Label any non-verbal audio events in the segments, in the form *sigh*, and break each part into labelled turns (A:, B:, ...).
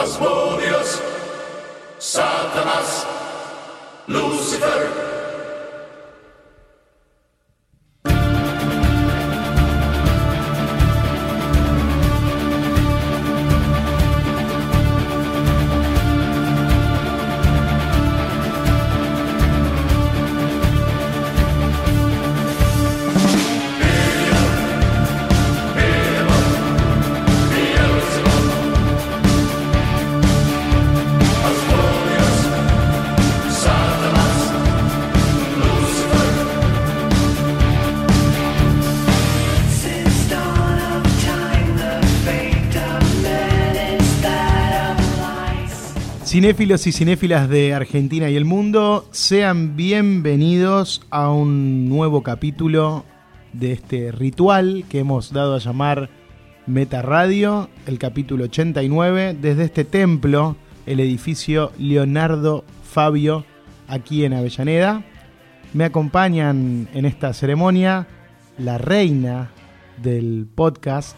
A: Asmodeus, Satanás, Lucifer.
B: Cinéfilos y cinéfilas de Argentina y el mundo, sean bienvenidos a un nuevo capítulo de este ritual que hemos dado a llamar Meta Radio, el capítulo 89, desde este templo, el edificio Leonardo Fabio, aquí en Avellaneda. Me acompañan en esta ceremonia la reina del podcast,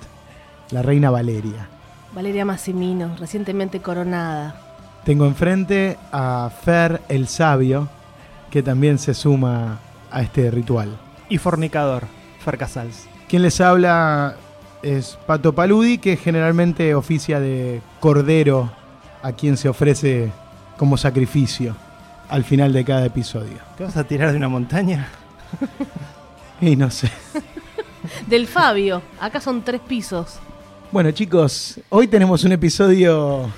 B: la reina Valeria.
C: Valeria Massimino, recientemente coronada.
B: Tengo enfrente a Fer el Sabio, que también se suma a este ritual.
D: y fornicador, Fer Casals.
B: Quien les habla es Pato Paludi, que generalmente oficia de cordero a quien se ofrece como sacrificio al final de cada episodio.
D: ¿Te vas a tirar de una montaña?
B: Y no sé.
C: Del Fabio, acá son tres pisos.
B: Bueno chicos, hoy tenemos un episodio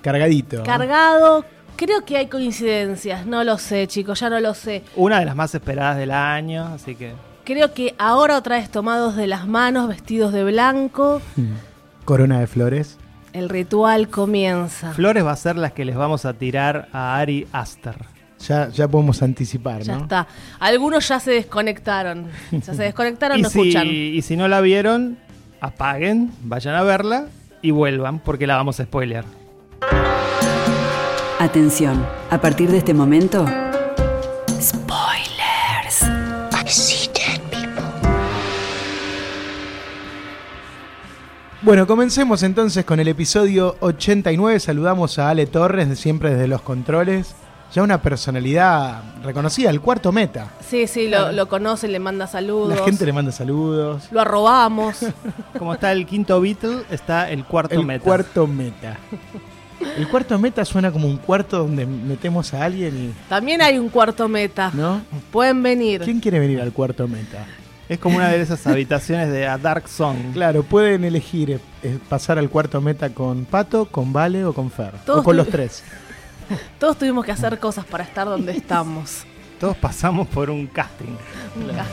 B: cargadito. ¿eh?
C: Cargado, creo que hay coincidencias, no lo sé chicos, ya no lo sé.
D: Una de las más esperadas del año, así que
C: Creo que ahora otra vez tomados de las manos, vestidos de blanco,
B: Mm. Corona de flores.
C: el ritual comienza.
D: flores va a ser las que les vamos a tirar a Ari Aster.
B: Ya, ya podemos anticipar,
C: Ya
B: ¿no?
C: está. Algunos ya se desconectaron.
B: *laughs*
C: Ya se desconectaron,
D: Y
C: no
D: si,
C: escuchan.
D: y si no la vieron, apaguen, vayan a verla y vuelvan porque la vamos a spoilear.
E: Atención, a partir de este momento. Spoilers.
B: Bueno, comencemos entonces con el episodio 89. Saludamos a Ale Torres, de siempre desde los controles. Ya una personalidad reconocida, el cuarto meta.
C: Sí, sí, lo, lo conoce, le manda saludos.
B: La gente le manda saludos.
C: Lo arrobamos.
B: *laughs*
D: Como está el quinto Beatle, está el cuarto
B: El
D: meta.
B: cuarto meta. El cuarto meta suena como un cuarto donde metemos a alguien
C: También hay un cuarto meta.
B: y. ¿No?
C: Pueden venir.
B: ¿Quién quiere venir al cuarto meta?
D: Es como una de esas habitaciones de A Dark Song.
B: Claro, pueden elegir eh, eh, pasar al cuarto meta con Pato, con Vale o con Fer. o
C: Todos
B: con los
C: tu-
B: tres.
C: Todos tuvimos que hacer cosas para estar donde estamos.
D: Todos pasamos por un casting.
C: Nunca.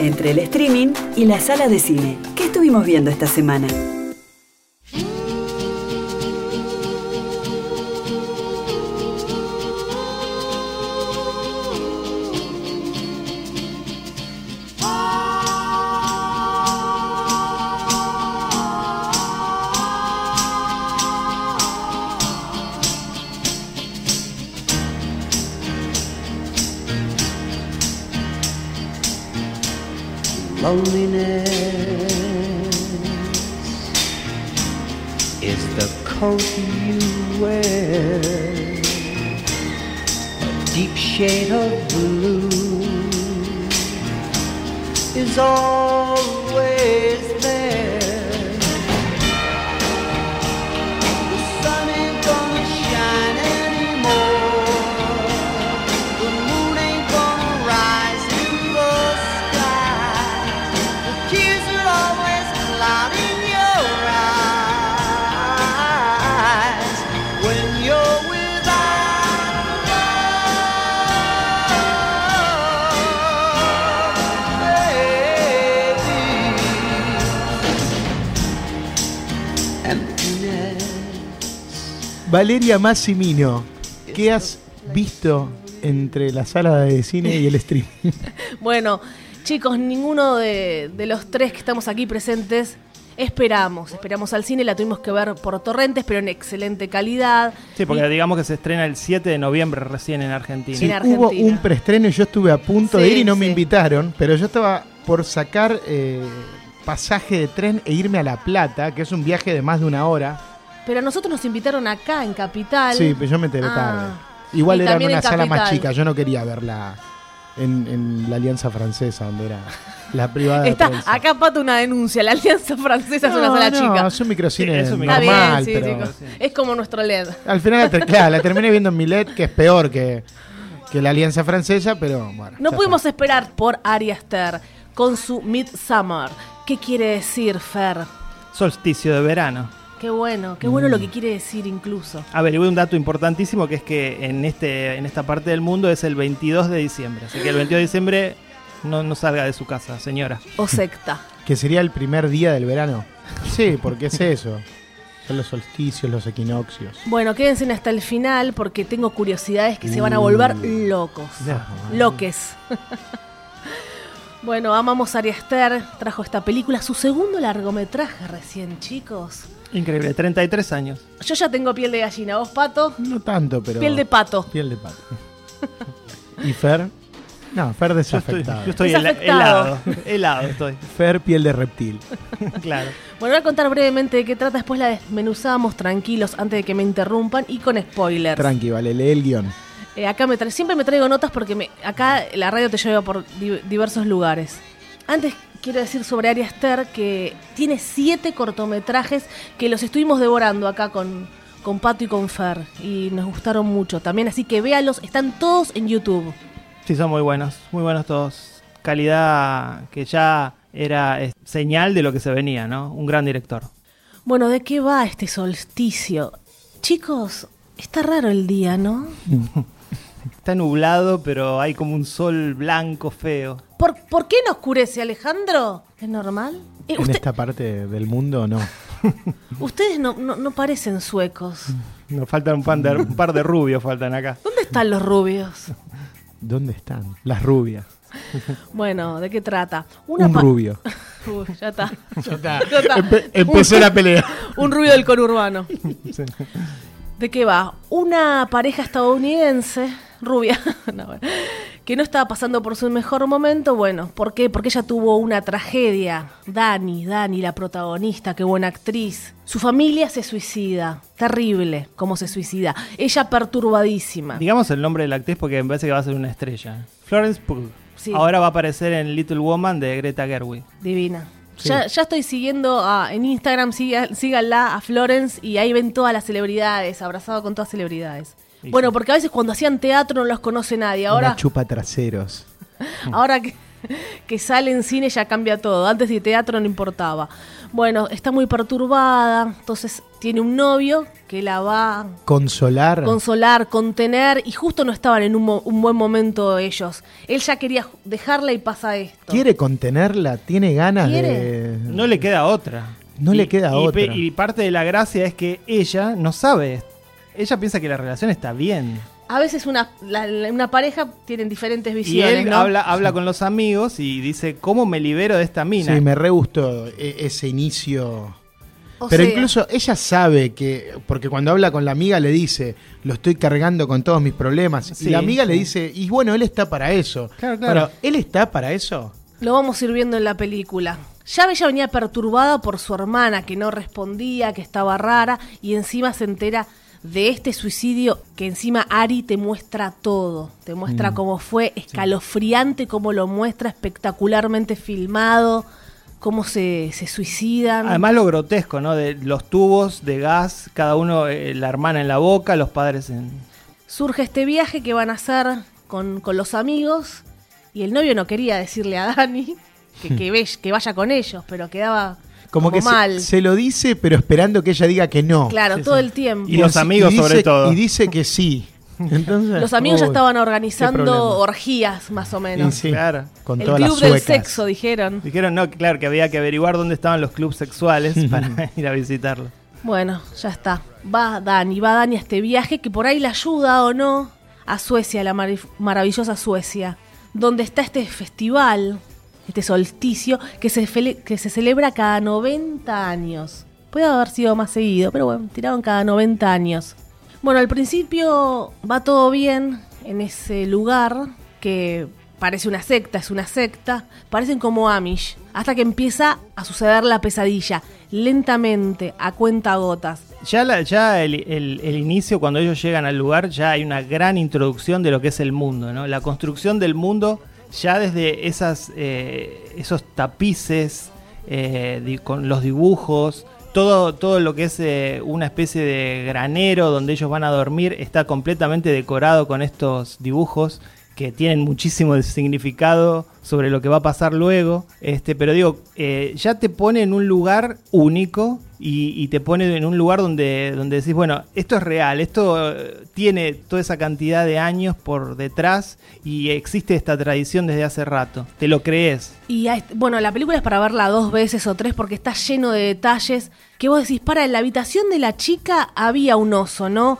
E: Entre el streaming y la sala de cine. ¿Qué estuvimos viendo esta semana?
F: Loneliness is the coat you wear, a deep shade of blue is always there. The sun ain't gonna shine anymore. The moon ain't gonna rise in the sky. The tears are always clouding your eyes.
B: Valeria Massimino, ¿qué has visto entre la sala de cine y el stream?
C: Bueno, chicos, ninguno de, de los tres que estamos aquí presentes esperamos. Esperamos al cine, la tuvimos que ver por torrentes, pero en excelente calidad.
D: Sí, porque digamos que se estrena el 7 de noviembre recién en Argentina.
B: Sí,
C: *laughs* En
B: hubo
C: Argentina.
B: un preestreno y yo estuve a punto de
C: Sí,
B: ir y no me
C: sí.
B: invitaron, pero yo estaba por sacar eh, pasaje de tren e irme a La Plata, que es un viaje de más de una hora.
C: Pero a nosotros nos invitaron acá, en Capital.
B: Sí, pero yo me enteré
C: Ah.
B: tarde. Igual
C: Y
B: era en
C: también
B: una
C: en
B: sala más
C: Capital.
B: chica, yo no quería verla en, en la Alianza Francesa, donde era la privada. de
C: Está,
B: prensa.
C: acá pata una denuncia, la Alianza Francesa es una
B: No,
C: sala
B: no,
C: chica.
B: Es un microcine
D: Sí, es un
C: Está
D: microcine.
B: normal,
C: bien, sí,
B: pero
C: chicos. Es como nuestro E LED.
B: al final la, ter- claro, la terminé viendo en Milet, que es peor que, que la Alianza Francesa, pero bueno. ya
C: No
B: está.
C: pudimos esperar por Ari Aster con su Midsummer. ¿Qué quiere decir, Fer?
D: Solsticio de verano.
C: Qué bueno, qué
B: Mm.
C: bueno lo que quiere decir incluso.
D: Averigüé un dato importantísimo que es que en, este, en esta parte del mundo es el 22 de diciembre. Así que el 22 de diciembre no, no salga de su casa, señora.
C: O secta.
B: Que sería el primer día del verano. Sí, porque es eso. Son los solsticios, los equinoccios.
C: Bueno, quédense hasta el final porque tengo curiosidades que se van a volver locos. Loques. *laughs* bueno, amamos a Ari Aster, trajo esta película, su segundo largometraje recién, chicos.
D: Increíble, 33 años.
C: Yo ya tengo piel de gallina, vos pato,
B: No tanto, pero.
C: piel de pato.
B: Piel de pato. ¿Y Fer? No, Fer
D: Yo estoy,
B: desafectado.
D: yo estoy hela- helado.
C: Desafectado.
D: Helado estoy, *laughs*
B: Fer, piel de reptil.
D: claro.
C: Bueno, voy a contar brevemente de qué trata, después la desmenuzamos tranquilos antes de que me interrumpan y con spoilers.
B: Tranqui, vale, lee el guión.
C: Eh, acá me tra- siempre me traigo notas porque me- acá la radio te lleva por di- diversos lugares. Antes quiero decir sobre Ari Aster que tiene siete cortometrajes que los estuvimos devorando acá con, con Pato y con Fer y nos gustaron mucho también, así que véalos, están todos en YouTube.
D: Sí, son muy buenos, muy buenos todos. Calidad que ya era eh, señal de lo que se venía, ¿no? Un gran director.
C: Bueno, ¿de qué va este solsticio? Chicos, está raro el día, ¿no?
D: Está nublado, pero hay como un sol blanco feo.
C: ¿Por, por qué no oscurece, Alejandro? ¿Es normal? Eh,
B: En
C: usted-
B: esta parte del mundo, no.
C: Ustedes no, no- no parecen suecos.
D: Nos faltan un pan de- un par de rubios, faltan acá.
C: ¿Dónde están los rubios?
B: ¿Dónde están? Las rubias.
C: Bueno, ¿de qué trata?
B: Un
C: pa-
B: rubio.
C: *laughs* Uy, ya está. *laughs* Ya está.
B: Empe- empezó la pelea.
C: *laughs* Un rubio
B: *laughs*
C: del conurbano. ¿De qué va? Una pareja estadounidense, rubia, *laughs* no, bueno, que no estaba pasando por su mejor momento. Bueno, ¿por qué? Porque ella tuvo una tragedia. Dani, Dani, la protagonista, qué buena actriz. Su familia se suicida. Terrible cómo se suicida. Ella perturbadísima.
D: Digamos el nombre de la actriz porque me parece que va a ser una estrella. Florence Pugh.
C: Sí.
D: Ahora va a aparecer en Little Woman de Greta Gerwig.
C: Divina. Ya, ya estoy siguiendo a- en Instagram, siga- síganla a Florence y ahí ven todas las celebridades, abrazado con todas celebridades.
D: Y
C: Bueno,
D: sí.
C: porque a veces cuando hacían teatro no los conoce nadie. Ahora,
B: Una chupa traseros.
C: *laughs* ahora que, que sale en cine ya cambia todo. Antes de teatro no importaba. Bueno, está muy perturbada, entonces tiene un novio que la va a
B: Consolar.
C: consolar, contener y justo no estaban en un, mo- un buen momento ellos. Él ya quería ju- dejarla y pasa esto.
B: Quiere contenerla, tiene ganas
C: ¿Quiere?
B: de.
D: No le queda otra.
B: No le queda
D: y
B: otra.
D: pe- Y parte de la gracia es que ella no sabe. esto. Ella piensa que la relación está bien.
C: A veces una, la- la- una pareja tienen diferentes
D: Y
C: visiones,
D: él
C: ¿no?
D: habla, habla con los amigos y dice, ¿cómo me libero de esta mina?
B: Sí, me re gustó e- ese inicio.
C: O
B: Pero
C: sea,
B: incluso ella sabe que, porque cuando habla con la amiga le dice, lo estoy cargando con todos mis problemas.
D: Sí,
B: y la amiga le
D: sí.
B: dice, y bueno, él está para eso.
D: Claro, claro.
B: Bueno, él está para eso.
C: Lo vamos a ir viendo en la película. Ya ella venía perturbada por su hermana, que no respondía, que estaba rara, y encima se entera de este suicidio que encima Ari te muestra todo. Te muestra cómo fue, escalofriante cómo lo muestra, espectacularmente filmado, cómo se, se suicidan.
D: Además lo grotesco, ¿no? De los tubos de gas, cada uno, eh, la hermana en la boca, los padres en...
C: Surge este viaje que van a hacer con, con los amigos y el novio no quería decirle a Dani que,
B: *laughs*
C: que, ve- que vaya con ellos, pero quedaba
B: Como, que se-
C: mal.
B: Se, lo dice, pero esperando que ella diga que no.
C: claro, todo el tiempo.
D: Y los
B: así-
D: amigos
B: dice-
D: sobre todo.
B: Y dice que
D: *laughs*
B: sí. Entonces,
C: los amigos ya
B: uy,
C: estaban
B: qué
C: organizando
B: problema.
C: orgías, más o
B: Y
C: menos.
B: sí,
D: Claro.
B: con
C: el
B: todas las
C: club del
B: suecas.
C: sexo, dijeron.
B: *laughs*
D: Dijeron, no, claro, que había que averiguar dónde estaban los clubes sexuales para *laughs* ir a visitarlo.
C: Bueno, ya está. Va Dani, va Dani a este viaje que por ahí la ayuda o no a Suecia, la marav- maravillosa Suecia, donde está este festival, este solsticio que se, fele- que se celebra cada 90 años. Puede haber sido más seguido, pero bueno, tiraron cada 90 años. Bueno, al principio va todo bien en ese lugar que parece una secta, es una secta, parecen como Amish, hasta que empieza a suceder la pesadilla, lentamente, a cuenta gotas.
D: Ya, la- ya el, el- el inicio, cuando ellos llegan al lugar, ya hay una gran introducción de lo que es el mundo, ¿no? La construcción del mundo, ya desde esas, eh, esos tapices, eh, di- con los dibujos, todo, todo lo que es eh, una especie de granero donde ellos van a dormir, está completamente decorado con estos dibujos que tienen muchísimo de significado sobre lo que va a pasar luego. Este, pero digo, eh, ya te pone en un lugar único y, y te pone en un lugar donde, donde decís, bueno, esto es real, esto eh, tiene toda esa cantidad de años por detrás y existe esta tradición desde hace rato. Te lo crees.
C: Y a est- bueno, la película es para verla dos veces o tres porque está lleno de detalles que vos decís, para, en la habitación de la chica había un oso, ¿no?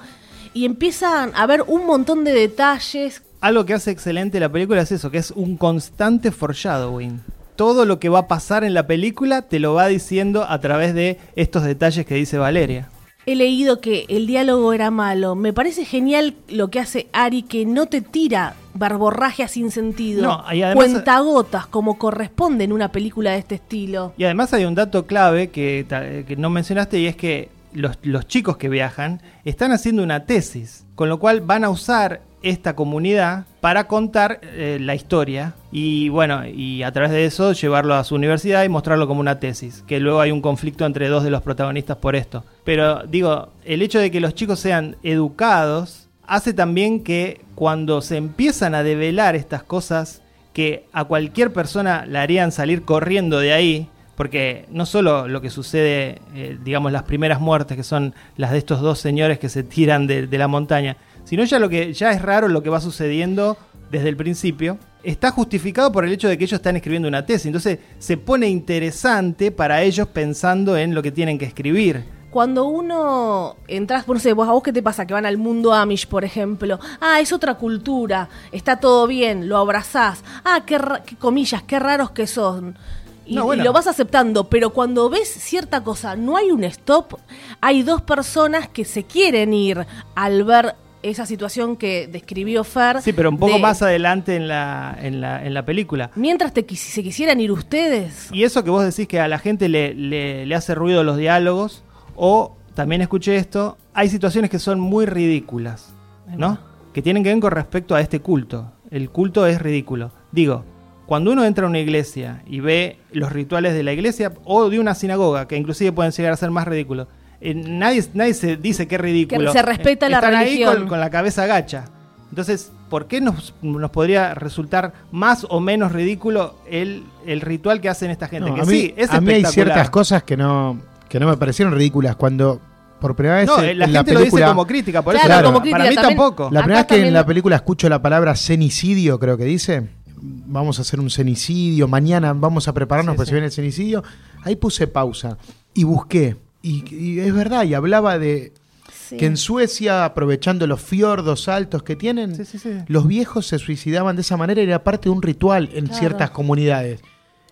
C: Y empiezan a ver un montón de detalles.
D: Algo que hace excelente la película es eso, que es un constante foreshadowing. Todo lo que va a pasar en la película te lo va diciendo a través de estos detalles que dice Valeria.
C: He leído que el diálogo era malo. Me parece genial lo que hace Ari, que no te tira barborraje sin sentido.
D: No, y además-
C: Cuentagotas, como corresponde en una película de este estilo.
D: Y además hay un dato clave que, ta- eh, que no mencionaste y es que los, los chicos que viajan están haciendo una tesis, con lo cual van a usar esta comunidad para contar eh, la historia y bueno, y a través de eso llevarlo a su universidad y mostrarlo como una tesis, que luego hay un conflicto entre dos de los protagonistas por esto. Pero digo, el hecho de que los chicos sean educados hace también que cuando se empiezan a develar estas cosas que a cualquier persona la harían salir corriendo de ahí, porque no solo lo que sucede, eh, digamos, las primeras muertes, que son las de estos dos señores que se tiran de, de la montaña, sino ya lo que ya es raro lo que va sucediendo desde el principio, está justificado por el hecho de que ellos están escribiendo una tesis. Entonces se pone interesante para ellos pensando en lo que tienen que escribir.
C: Cuando uno entras, por no sé, vos, a vos qué te pasa, que van al mundo Amish, por ejemplo. Ah, es otra cultura, está todo bien, lo abrazás. Ah, qué, ra- qué comillas, qué raros que son. Y,
D: No, bueno.
C: y lo vas aceptando, pero cuando ves cierta cosa, no hay un stop, hay dos personas que se quieren ir al ver esa situación que describió Fer.
D: Sí, pero un poco
C: de-
D: más adelante en la, en la, en la película.
C: Mientras te, quisi- se quisieran ir ustedes,
D: Y eso que vos decís que a la gente le, le- le hace ruido los diálogos, o también escuché esto, hay situaciones que son muy ridículas, ¿no? Que tienen que ver con respecto a este culto. El culto es ridículo. Digo, cuando uno entra a una iglesia y ve los rituales de la iglesia o de una sinagoga, que inclusive pueden llegar a ser más ridículos, eh, nadie, nadie se dice que es ridículo.
C: se respeta
D: Eh,
C: la
D: Están
C: religión.
D: Ahí con, con la cabeza gacha. Entonces, ¿por qué nos, nos podría resultar más o menos ridículo el, el ritual que hacen esta gente?
B: No,
D: que
B: a mí,
D: sí, es
B: a mí hay
D: espectacular.
B: ciertas cosas que no, que no me parecieron ridículas. Cuando por primera vez
D: No,
B: en
D: la
B: la
D: gente lo dice
B: película.
D: como crítica, por
C: Claro,
D: eso.
B: como
D: para
C: crítica
D: mí
C: también.
D: tampoco.
B: La
C: Acá
B: primera vez que
C: también-
B: en la película escucho la palabra cenicidio, creo que dice. Vamos a hacer un cenicidio, mañana vamos a prepararnos
D: Sí,
B: para si
D: sí.
B: viene el cenicidio. Ahí puse pausa y busqué. Y, y es verdad, y hablaba de
C: sí.
B: que en Suecia, aprovechando los fiordos altos que tienen,
D: Sí, sí, sí.
B: los viejos se suicidaban de esa manera, era parte de un ritual en
C: Claro.
B: ciertas comunidades.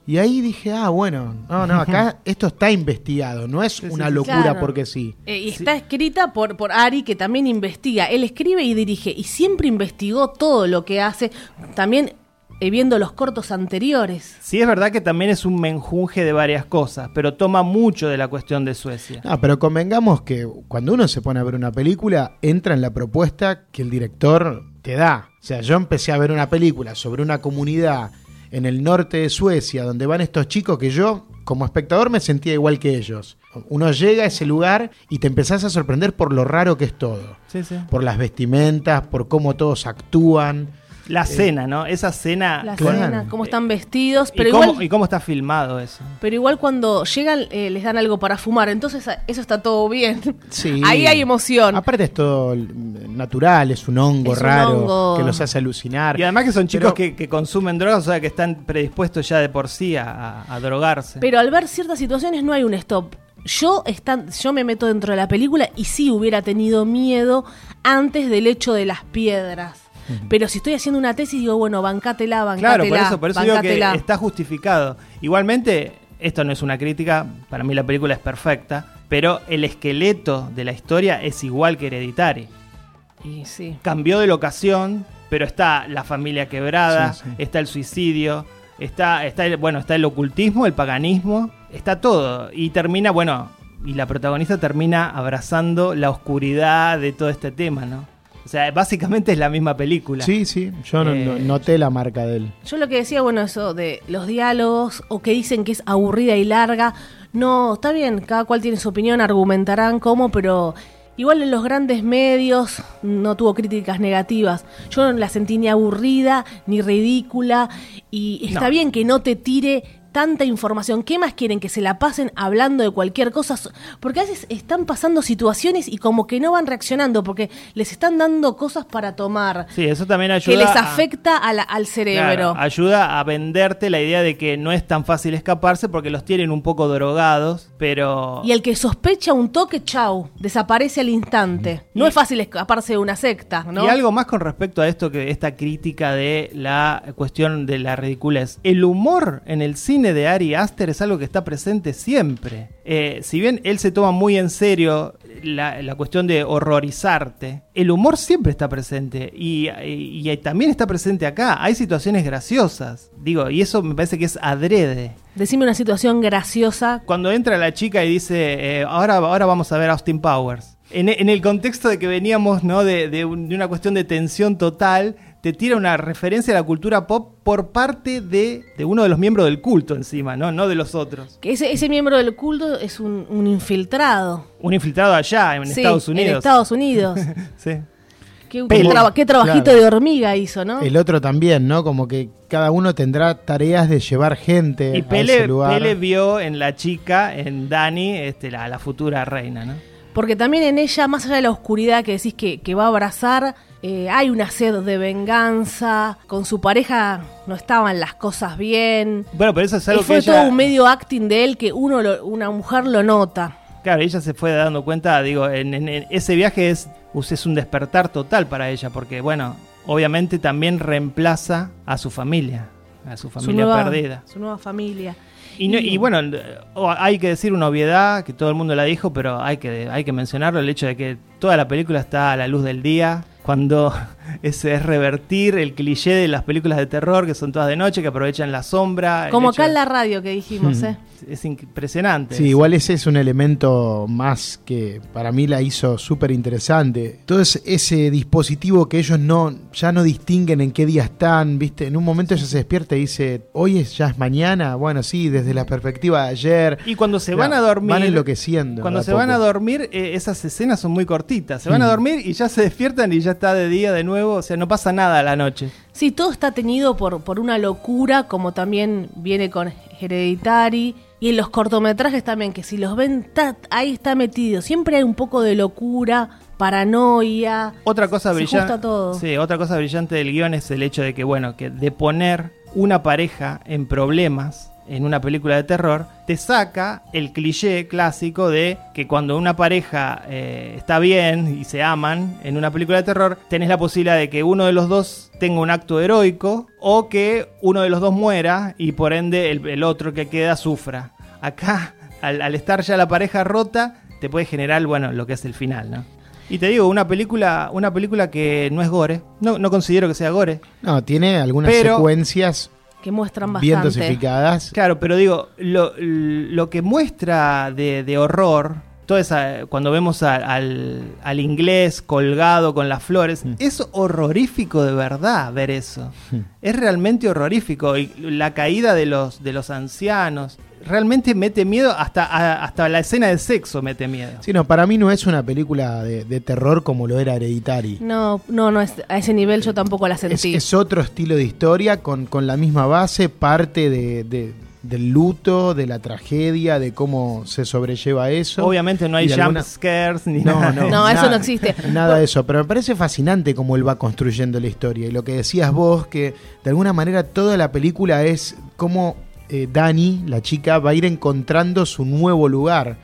B: Y ahí dije, ah, bueno, no, no,
D: *laughs*
B: acá esto está investigado, no es
D: Sí, sí,
B: una
D: sí.
B: locura
C: Claro.
B: porque sí.
C: Eh, y está escrita por, por Ari, que también investiga. Él escribe y dirige, y siempre investigó todo lo que hace, también eh, viendo los cortos anteriores.
D: Sí, es verdad que también es un menjunje de varias cosas, pero toma mucho de la cuestión de Suecia.
B: No, pero convengamos que cuando uno se pone a ver una película, entra en la propuesta que el director te da. O sea, yo empecé a ver una película sobre una comunidad en el norte de Suecia, donde van estos chicos que yo, como espectador, me sentía igual que ellos. Uno llega a ese lugar y te empezás a sorprender por lo raro que es todo.
D: Sí, sí.
B: Por las vestimentas, por cómo todos actúan.
D: La cena, ¿no? Esa cena.
C: La
B: Ah, Claro.
C: cena, cómo están vestidos,
D: Eh, ¿Y,
C: pero
D: cómo,
C: igual,
D: y cómo está filmado eso?
C: pero igual cuando llegan eh, les dan algo para fumar, entonces a- eso está todo bien.
B: Sí.
C: Ahí hay emoción.
B: Aparte es todo mm, natural, es un hongo
C: Es un
B: raro
C: hongo.
B: que los hace alucinar.
D: Y además que son chicos
B: Pero-
D: que, que consumen drogas, o sea, que están predispuestos ya de por sí a, a- a drogarse.
C: Pero al ver ciertas situaciones no hay un stop. Yo, estan- yo me meto dentro de la película y sí hubiera tenido miedo antes del hecho de las piedras. Pero si estoy haciendo una tesis, digo, bueno, bancátela, bancátela.
D: Claro, por eso, por eso digo que
C: bancátela.
D: está justificado. Igualmente, esto no es una crítica, para mí la película es perfecta, pero el esqueleto de la historia es igual que Hereditary.
C: Y sí.
D: Cambió de locación, pero está la familia quebrada,
B: Sí, sí.
D: está el suicidio, está, está el, bueno, está el ocultismo, el paganismo, está todo. Y termina, bueno, y la protagonista termina abrazando la oscuridad de todo este tema, ¿no? O sea, básicamente es la misma película.
B: Sí, sí, yo no-
D: Eh,
B: no- noté la marca de él.
C: Yo lo que decía, bueno, eso de los diálogos o que dicen que es aburrida y larga. No, está bien, cada cual tiene su opinión, argumentarán cómo, pero igual en los grandes medios no tuvo críticas negativas. Yo no la sentí ni aburrida ni ridícula y está
D: No.
C: bien que no te tire tanta información. ¿Qué más quieren? Que se la pasen hablando de cualquier cosa. So- Porque a veces están pasando situaciones y como que no van reaccionando porque les están dando cosas para tomar.
D: Sí, eso también ayuda.
C: que les
D: a-
C: afecta a la- al cerebro.
D: Claro, ayuda a venderte la idea de que no es tan fácil escaparse porque los tienen un poco drogados, pero...
C: Y el que sospecha un toque, chau, desaparece al instante. No es fácil escaparse de una secta, ¿no?
D: Y algo más con respecto a esto que esta crítica de la cuestión de la ridiculez. El humor en el cine de Ari Aster es algo que está presente siempre. Eh, si bien él se toma muy en serio la, la cuestión de horrorizarte, el humor siempre está presente y, y- y también está presente acá. Hay situaciones graciosas, digo, y eso me parece que es adrede.
C: Decime una situación graciosa.
D: Cuando entra la chica y dice, eh, ahora, ahora vamos a ver a Austin Powers. En, e- en el contexto de que veníamos ¿no? de, de un- de una cuestión de tensión total, te tira una referencia a la cultura pop por parte de, de uno de los miembros del culto encima, no, no de los otros.
C: Que ese, ese miembro del culto es un, un infiltrado.
D: Un infiltrado allá en
C: Sí,
D: Estados Unidos.
C: En Estados Unidos.
D: *laughs* Sí.
B: Eh,
C: qué, qué
B: Pelo.
C: traba- qué trabajito
B: Claro.
C: de hormiga hizo, ¿no?
B: El otro también, ¿no? Como que cada uno tendrá tareas de llevar gente
D: Y
B: a
D: Pele,
B: ese lugar.
D: Pele vio en la chica, en Dani, este, la, la futura reina, ¿no?
C: Porque también en ella, más allá de la oscuridad que decís que, que va a abrazar, eh, hay una sed de venganza. Con su pareja no estaban las cosas bien.
D: Bueno, pero eso es algo
C: Y fue
D: que
C: todo
D: ella-
C: un medio acting de él que uno lo- una mujer lo nota.
D: Claro, ella se fue dando cuenta, digo, en, en- en ese viaje es, es un despertar total para ella, porque bueno, obviamente también reemplaza a su familia, a su familia
C: nueva-
D: perdida.
C: Su nueva familia.
D: Y, no- y bueno, o- hay que decir una obviedad, que todo el mundo la dijo, pero hay que, hay que mencionarlo, el hecho de que toda la película está a la luz del día, cuando *laughs* es, es revertir el cliché de las películas de terror, que son todas de noche, que aprovechan la sombra. el
C: Como
D: hecho
C: acá en
D: de-
C: la radio que dijimos, ¿eh?
D: Es impresionante.
B: Sí, igual ese es un elemento más que para mí la hizo súper interesante. Entonces ese dispositivo que ellos no ya no distinguen en qué día están, ¿viste? En un momento ella se despierta y dice, hoy es, ya es mañana. Bueno, sí, desde la perspectiva de ayer.
D: Y cuando se
B: O sea,
D: van a dormir.
B: Van enloqueciendo.
D: Cuando
B: de a
D: se van
B: poco.
D: a dormir, eh, esas escenas son muy cortitas. Se van a
B: Mm.
D: dormir y ya se *laughs* despiertan y ya está de día de nuevo. O sea, no pasa nada a la noche.
C: Sí, todo está teñido por, por una locura, como también viene con Hereditary. Y en los cortometrajes también, que si los ven, ta- ahí está metido. Siempre hay un poco de locura, paranoia.
D: Otra cosa
C: Se
D: brillante.
C: ajusta todo.
D: Sí, otra cosa brillante del guión es el hecho de que, bueno, que de poner una pareja en problemas en una película de terror, te saca el cliché clásico de que cuando una pareja eh, está bien y se aman en una película de terror, tenés la posibilidad de que uno de los dos tenga un acto heroico o que uno de los dos muera y por ende el, el otro que queda sufra. Acá, al, al estar ya la pareja rota, te puede generar, bueno, lo que es el final, ¿no? Y te digo, una película, una película que no es gore. No, no considero que sea gore.
B: No, tiene algunas
D: Pero-
B: secuencias
C: Que muestran
B: bien
C: bastante.
B: dosificadas.
D: Claro, pero digo, lo, lo que muestra de, de horror, toda esa, cuando vemos a- al, al inglés colgado con las flores,
B: Mm.
D: es horrorífico de verdad ver eso. Es realmente horrorífico. Y la caída de los, de los ancianos realmente mete miedo, hasta, a- hasta la escena de sexo mete miedo.
B: Sí, no, para mí no es una película de, de terror como lo era Hereditary.
C: No, no, no, es, a ese nivel yo tampoco la
B: Es,
C: sentí.
B: es otro estilo de historia con, con la misma base, parte de- de- del luto, de la tragedia, de cómo se sobrelleva eso.
D: Obviamente no hay
B: Y de
D: jump
B: alguna-
D: scares ni
B: No,
D: nada.
B: no,
C: No, eso
B: nada-
C: no existe.
B: Nada de eso, pero me parece fascinante cómo él va construyendo la historia. Y lo que decías vos, que de alguna manera toda la película es cómo eh, Dani, la chica, va a ir encontrando su nuevo lugar.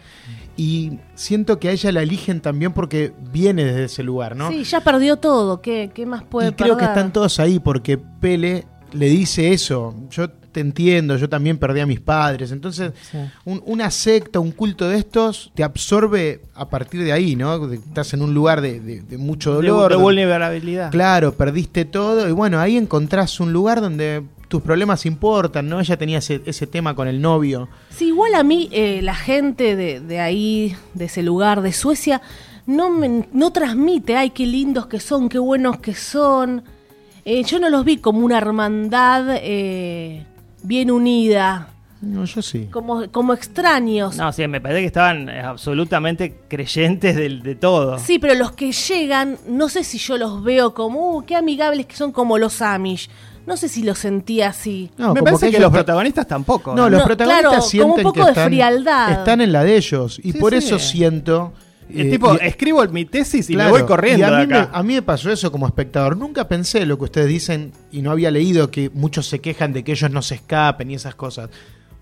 B: Y siento que a ella la eligen también porque viene desde ese lugar, *laughs* ¿no?
C: Sí, ya perdió todo. ¿Qué, qué más puede
B: y creo que
C: perder?
B: están todos ahí porque Pele le dice eso. Yo te entiendo, yo también perdí a mis padres. Entonces,
D: Sí.
B: un- una secta, un culto de estos, te absorbe a partir de ahí, ¿no? De- Estás en un lugar de, de- de mucho
D: De-
B: dolor.
D: de
B: donde-
D: vulnerabilidad.
B: Claro, perdiste todo y bueno, ahí encontrás un lugar donde tus problemas importan, ¿no? Ella tenía ese, ese tema con el novio.
C: Sí, igual a mí eh, la gente de, de ahí, de ese lugar, de Suecia, no, me- no transmite, ay, qué lindos que son, qué buenos que son. Eh, yo no los vi como una hermandad eh, bien unida,
B: No, yo sí.
C: como, como extraños.
D: No, sí, me parece que estaban eh, absolutamente creyentes del- de, todo.
C: Sí, pero los que llegan, no sé si yo los veo como, uh, qué amigables que son como los Amish. No sé si los sentía así.
B: No,
D: me
B: como
D: parece que,
B: ellos
D: los
B: ta-
D: protagonistas tampoco.
B: No, los
C: No,
B: protagonistas
C: claro,
B: sienten
C: como un poco
B: que
C: de
B: están,
C: frialdad.
B: están en la de ellos y
D: Sí,
B: por
D: sí.
B: eso siento...
D: El
B: eh,
D: tipo,
B: y-
D: escribo mi tesis y
B: claro,
D: me voy corriendo
B: y a, mí
D: de
B: me,
D: acá.
B: a mí me pasó eso como espectador. Nunca pensé lo que ustedes dicen y no había leído que muchos se quejan de que ellos no se escapen y esas cosas.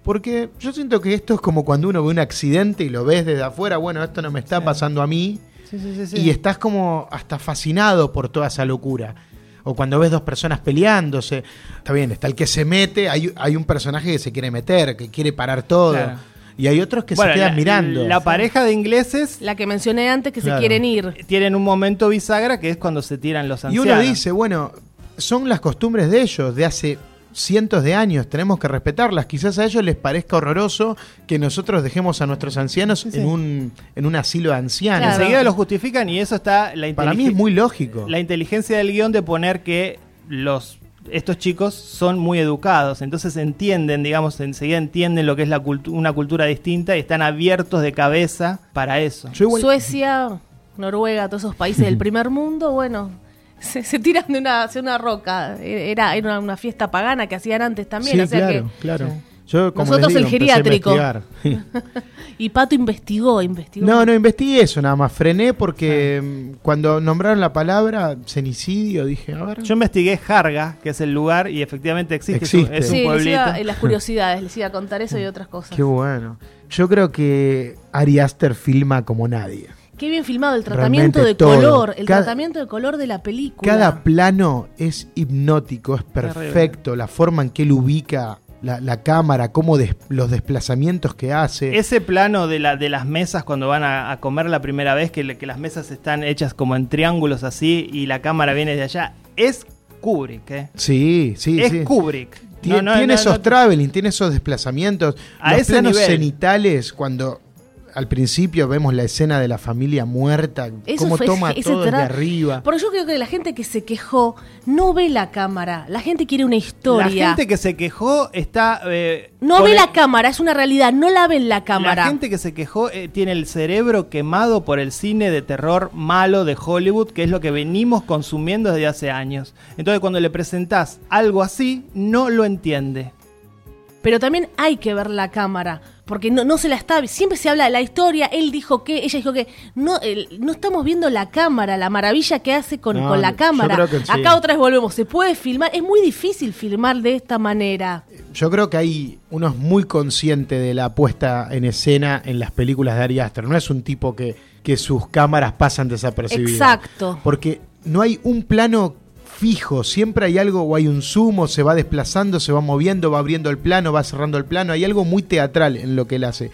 B: Porque yo siento que esto es como cuando uno ve un accidente y lo ves desde afuera, bueno, esto no me está pasando a mí,
D: Sí, sí, sí, sí.
B: y estás como hasta fascinado por toda esa locura. O cuando ves dos personas peleándose, está bien, está el que se mete, hay, hay un personaje que se quiere meter, que quiere parar todo.
D: Claro.
B: Y hay otros que
D: Bueno,
B: se quedan
D: la-
B: mirando.
D: La pareja de ingleses
C: La que mencioné antes que
B: Claro.
C: se quieren ir.
D: tienen un momento bisagra que es cuando se tiran los
B: y
D: ancianos.
B: uno dice, bueno, son las costumbres de ellos, de hace cientos de años, tenemos que respetarlas. Quizás a ellos les parezca horroroso que nosotros dejemos a nuestros ancianos
D: Sí, sí.
B: En, un, en un asilo de ancianos.
C: Claro.
D: Enseguida lo justifican y eso está la
B: Para mí
D: inteligen-
B: es muy lógico.
D: la inteligencia del guión de poner que los estos chicos son muy educados, entonces entienden, digamos, enseguida entienden lo que es la cultu- una cultura distinta y están abiertos de cabeza para eso.
B: Yo igual-
C: Suecia, Noruega, todos esos países
B: *laughs*
C: del primer mundo, bueno, se, se tiran de una, hacia una roca. Era, era una, una fiesta pagana que hacían antes también.
B: Sí,
C: o sea
B: claro, claro. Yo, como
C: Nosotros
B: les digo, empecé
C: el
B: a
C: geriátrico. *laughs*
B: investigar.
C: que, y Pato investigó,
B: *laughs*
C: investigó.
B: No, no investigué eso nada más. Frené porque mm, cuando nombraron la palabra cenicidio dije, a ver.
D: Yo investigué Jarga, que es el lugar, y efectivamente existe, es un-
B: Existe.
D: es un
C: sí, les
D: pueblito.
C: iba, eh, las curiosidades, les iba a contar eso y otras cosas.
B: Qué
C: Qué,
B: bueno. Yo creo que Ari Aster filma como nadie.
C: bien filmado el tratamiento
B: Realmente
C: de
B: todo.
C: color, el
B: Cada-
C: tratamiento de color de la película.
B: Cada plano es hipnótico, es
D: Terrible.
B: perfecto. La forma en que él ubica la, la cámara, cómo des- los desplazamientos que hace.
D: Ese plano de, la, de las mesas cuando van a, a comer la primera vez, que, le- que las mesas están hechas como en triángulos así y la cámara viene de allá, es Kubrick, ¿eh?
B: sí, sí,
D: es
B: sí.
D: Kubrick.
B: Tie-
D: No, no,
B: tiene
D: no,
B: esos
D: no-
B: traveling, tiene esos desplazamientos.
D: A
B: los
D: ese
B: planos
D: nivel.
B: cenitales, cuando al principio vemos la escena de la familia muerta,
C: Eso
B: cómo
C: fue-
B: toma
C: ese
B: todo desde
C: tra-
B: arriba.
C: Porque yo creo que la gente que se quejó no ve la cámara. La gente quiere una historia.
D: La gente que se quejó está... eh,
C: No
D: con
C: ve
D: el-
C: la cámara, es una realidad, no la ve en la cámara.
D: La gente que se quejó eh, tiene el cerebro quemado por el cine de terror malo de Hollywood, que es lo que venimos consumiendo desde hace años. Entonces cuando le presentás algo así, no lo entiende.
C: Pero también hay que ver la cámara, porque no, no se la está, siempre se habla de la historia, él dijo que, ella dijo que, no, el- no estamos viendo la cámara, la maravilla que hace con,
B: No,
C: con la
B: yo
C: cámara.
B: creo que sí.
C: Acá otra vez volvemos, se puede filmar, es muy difícil filmar de esta manera.
B: Yo creo que hay uno es muy consciente de la puesta en escena en las películas de Ari Aster. No es un tipo que, que sus cámaras pasan desapercibidas.
C: Exacto.
B: Porque no hay un plano fijo, siempre hay algo o hay un zoom o se va desplazando, se va moviendo, va abriendo el plano, va cerrando el plano, hay algo muy teatral en lo que él hace.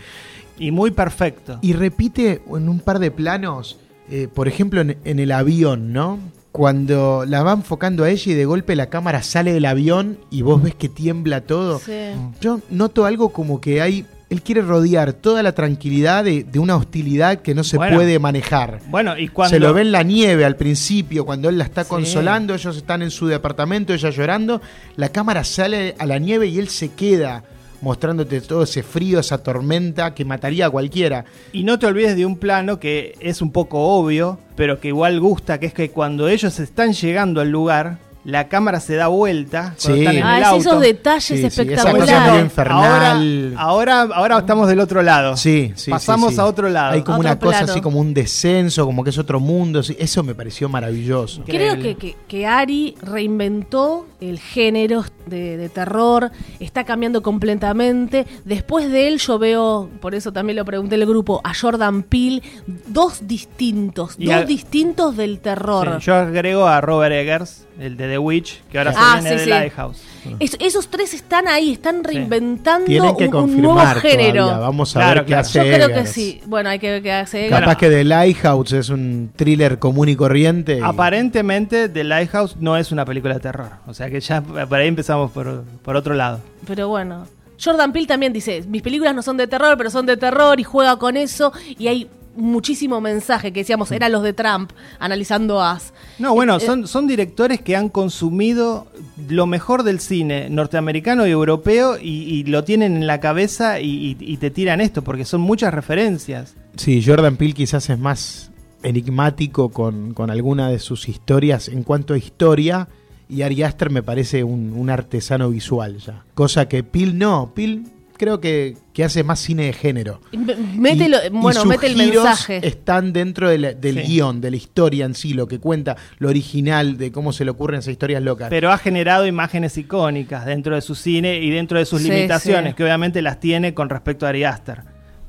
D: Y muy perfecto.
B: Y repite en un par de planos, eh, por ejemplo en, en el avión, ¿no? Cuando la va enfocando a ella y de golpe la cámara sale del avión y vos ves que tiembla todo.
C: Sí.
B: Yo noto algo como que hay. Él quiere rodear toda la tranquilidad de, de una hostilidad que no se
D: Bueno.
B: puede manejar.
D: Bueno, y cuando...
B: Se lo ve en la nieve al principio, cuando él la está
D: Sí.
B: consolando, ellos están en su departamento, ella llorando, la cámara sale a la nieve y él se queda mostrándote todo ese frío, esa tormenta que mataría a cualquiera.
D: Y no te olvides de un plano que es un poco obvio, pero que igual gusta, que es que cuando ellos están llegando al lugar, la cámara se da vuelta cuando
B: Sí.
D: están en
C: Ah,
D: el
C: es
D: auto.
C: esos detalles
B: Sí, sí, esa cosa
D: Como
B: es
D: diciendo,
B: medio
C: espectaculares.
B: infernal.
D: Ahora, ahora, ahora estamos del otro lado.
B: Sí, sí, sí,
D: Ah. Pasamos
B: sí.
D: a otro lado.
B: Hay como
C: Otro
B: una cosa
C: plano.
B: así, como un descenso, como que es otro mundo. sí, Eso me pareció maravilloso.
C: Creo
D: Increíble.
C: que, que- que Ari reinventó el género de, de terror está cambiando completamente. Después de él yo veo, por eso también lo pregunté el grupo, a Jordan Peele, dos distintos,
D: Y
C: dos
D: al-
C: distintos del terror.
D: Sí, yo agrego a Robert Eggers, el de The Witch, que ahora
C: Ah,
D: se viene
C: sí,
D: de
C: sí.
D: Lighthouse.
C: Es- esos tres están ahí, están reinventando
B: Tienen que
C: un, un nuevo
B: confirmar
C: género.
B: todavía. Vamos a
D: Claro,
B: ver qué
D: claro.
B: hace
C: Yo creo que
B: Eggers.
C: sí. Bueno, hay que ver qué hace.
B: Capaz
D: Claro.
B: que The Lighthouse es un thriller común y corriente. y-
D: Ah, Aparentemente, The Lighthouse no es una película de terror. O sea que ya por ahí empezamos por, por otro lado.
C: Pero bueno. Jordan Peele también dice, mis películas no son de terror, pero son de terror y juega con eso y hay muchísimo mensaje que decíamos, eran los de Trump analizando As.
D: No,
C: eh.
D: bueno, son, son directores que han consumido lo mejor del cine norteamericano y europeo y, y lo tienen en la cabeza y, y- y te tiran esto, porque son muchas referencias.
B: Sí, Jordan Peele quizás es más enigmático con, con alguna de sus historias en cuanto a historia. Y Ari Aster me parece un, un artesano visual ya. Cosa que Peele no. Peele creo que, que hace más cine de género.
C: Y me- mete lo-
B: Y- y
C: bueno,
B: sus
C: mete el
B: giros
C: mensaje.
B: Están dentro de la- del
D: Sí.
B: guión, de la historia en sí, lo que cuenta, lo original, de cómo se le ocurren esas historias locas.
D: Pero ha generado imágenes icónicas dentro de su cine y dentro de sus
C: Sí,
D: limitaciones,
C: sí.
D: que obviamente las tiene con respecto a Ari Aster.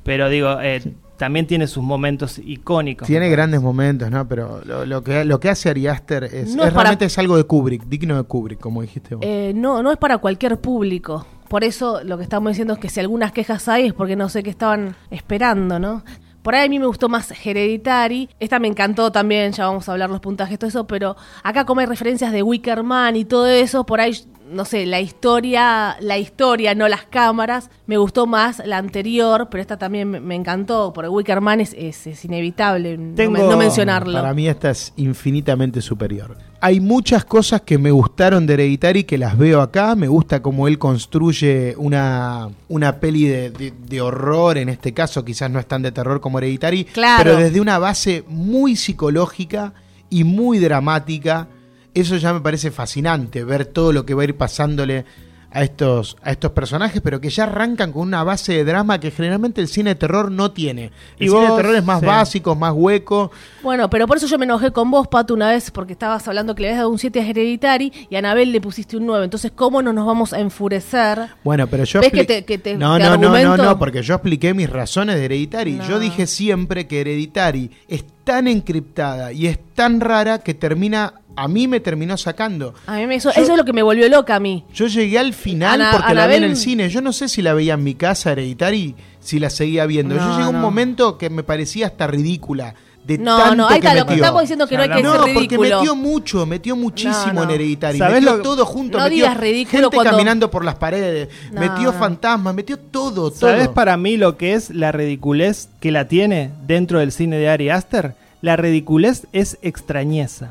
D: Pero digo, eh, también tiene sus momentos icónicos.
B: Tiene grandes momentos, ¿no? Pero lo, lo que, lo que hace Ari Aster es,
C: No
B: es
C: es para-
B: realmente es algo de Kubrick, digno de Kubrick, como dijiste vos.
C: Eh, no, no es para cualquier público. Por eso lo que estamos diciendo es que si algunas quejas hay es porque no sé qué estaban esperando, ¿no? Por ahí a mí me gustó más Hereditary. Esta me encantó también, ya vamos a hablar los puntajes, todo eso, pero acá como hay referencias de Wickerman y todo eso, por ahí, no sé, la historia, la historia, no las cámaras. Me gustó más la anterior, pero esta también me- me encantó, porque Wickerman es, es, es inevitable no
D: Tengo-
C: men- no, mencionarlo.
B: Para mí esta es infinitamente superior. Hay muchas cosas que me gustaron de Hereditary que las veo acá. Me gusta cómo él construye una, una peli de, de- de horror, en este caso quizás no es tan de terror como Hereditary,
C: Claro.
B: pero desde una base muy psicológica y muy dramática. Eso ya me parece fascinante, ver todo lo que va a ir pasándole a estos, a estos personajes, pero que ya arrancan con una base de drama que generalmente el cine de terror no tiene. El
D: Y
B: cine de
D: vos-
B: terror es más
D: sí.
B: básico, más hueco,
C: Bueno, pero por eso yo me enojé con vos, Pato, una vez, porque estabas hablando que le habías dado un 7 a Hereditary y a Anabel le pusiste un 9. Entonces, ¿cómo no nos vamos a enfurecer?
B: Bueno, pero yo
C: ¿Ves que
B: expli-
C: te- que te-
B: no,
C: te
B: no, no, no,
C: argumento?
B: no, porque yo expliqué mis razones de Hereditary.
C: No.
B: Yo dije siempre que Hereditary es tan encriptada y es tan rara que termina, a mí me terminó sacando.
C: A mí me hizo-
B: Yo-
C: eso es lo que me volvió loca a mí.
B: Yo llegué al final
C: Ana-
B: porque la vi en
C: Anabel-
B: el cine. Yo no sé si la veía en mi casa Hereditary, si la seguía viendo. yo
C: No,
B: llegué a un
C: no.
B: momento que me parecía hasta ridícula. De
C: No,
B: tanto
C: no, ahí
B: que
C: está lo que
B: metió.
C: estamos diciendo que no hay que
D: Hablando-
C: ser
B: No, porque
C: ridículo.
B: metió mucho, metió muchísimo
C: No, no.
B: en Hereditary.
D: ¿Sabés
B: metió
D: lo-
B: todo junto.
C: No
B: metió
C: digas ridículo
B: gente
C: cuando-
B: caminando por las paredes,
C: No,
B: metió
C: no.
B: fantasmas, metió todo, todo.
D: ¿Sabes para mí lo que es la ridiculez que la tiene dentro del cine de Ari Aster? La ridiculez es extrañeza.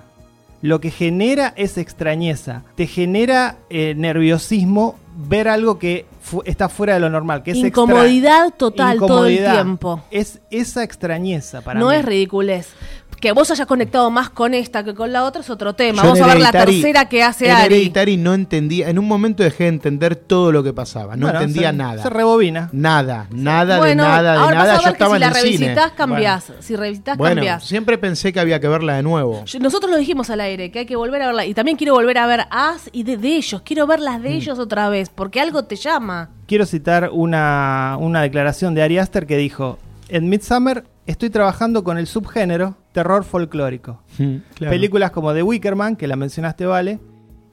D: Lo que genera es extrañeza. Te genera eh, nerviosismo ver algo que fu- está fuera de lo normal, que es extra-
C: Incomodidad total todo el
D: Incomodidad.
C: tiempo.
D: Es esa extrañeza para
C: No
D: mí.
C: es ridiculez. Que vos hayas conectado más con esta que con la otra es otro tema.
B: Yo
C: Vamos
B: en
C: a ver la
B: Hereditary-
C: tercera que hace
B: en
C: Ari.
B: Hereditary no entendía, en un momento dejé de entender todo lo que pasaba, no
D: Bueno,
B: entendía
D: se-
B: nada.
D: Se rebobina.
B: Nada, nada
C: bueno,
B: de nada, de
C: ahora
B: nada.
C: vas a
B: Yo
C: ver que
B: estaba
C: si
B: en
C: la
B: el cine.
C: revisitas, cambiás. Si revisitas,
B: Bueno,
C: cambiás.
B: siempre pensé que había que verla de nuevo.
C: Yo- Nosotros lo dijimos al aire, que hay que volver a verla. Y también quiero volver a ver As y de, de ellos. Quiero ver
B: Mm.
C: las de ellos otra vez, porque algo te llama.
D: Quiero citar una, una declaración de Ari Aster que dijo: En Midsummer estoy trabajando con el subgénero terror folclórico.
B: Mm, claro.
D: Películas como The Wickerman, que la mencionaste, vale,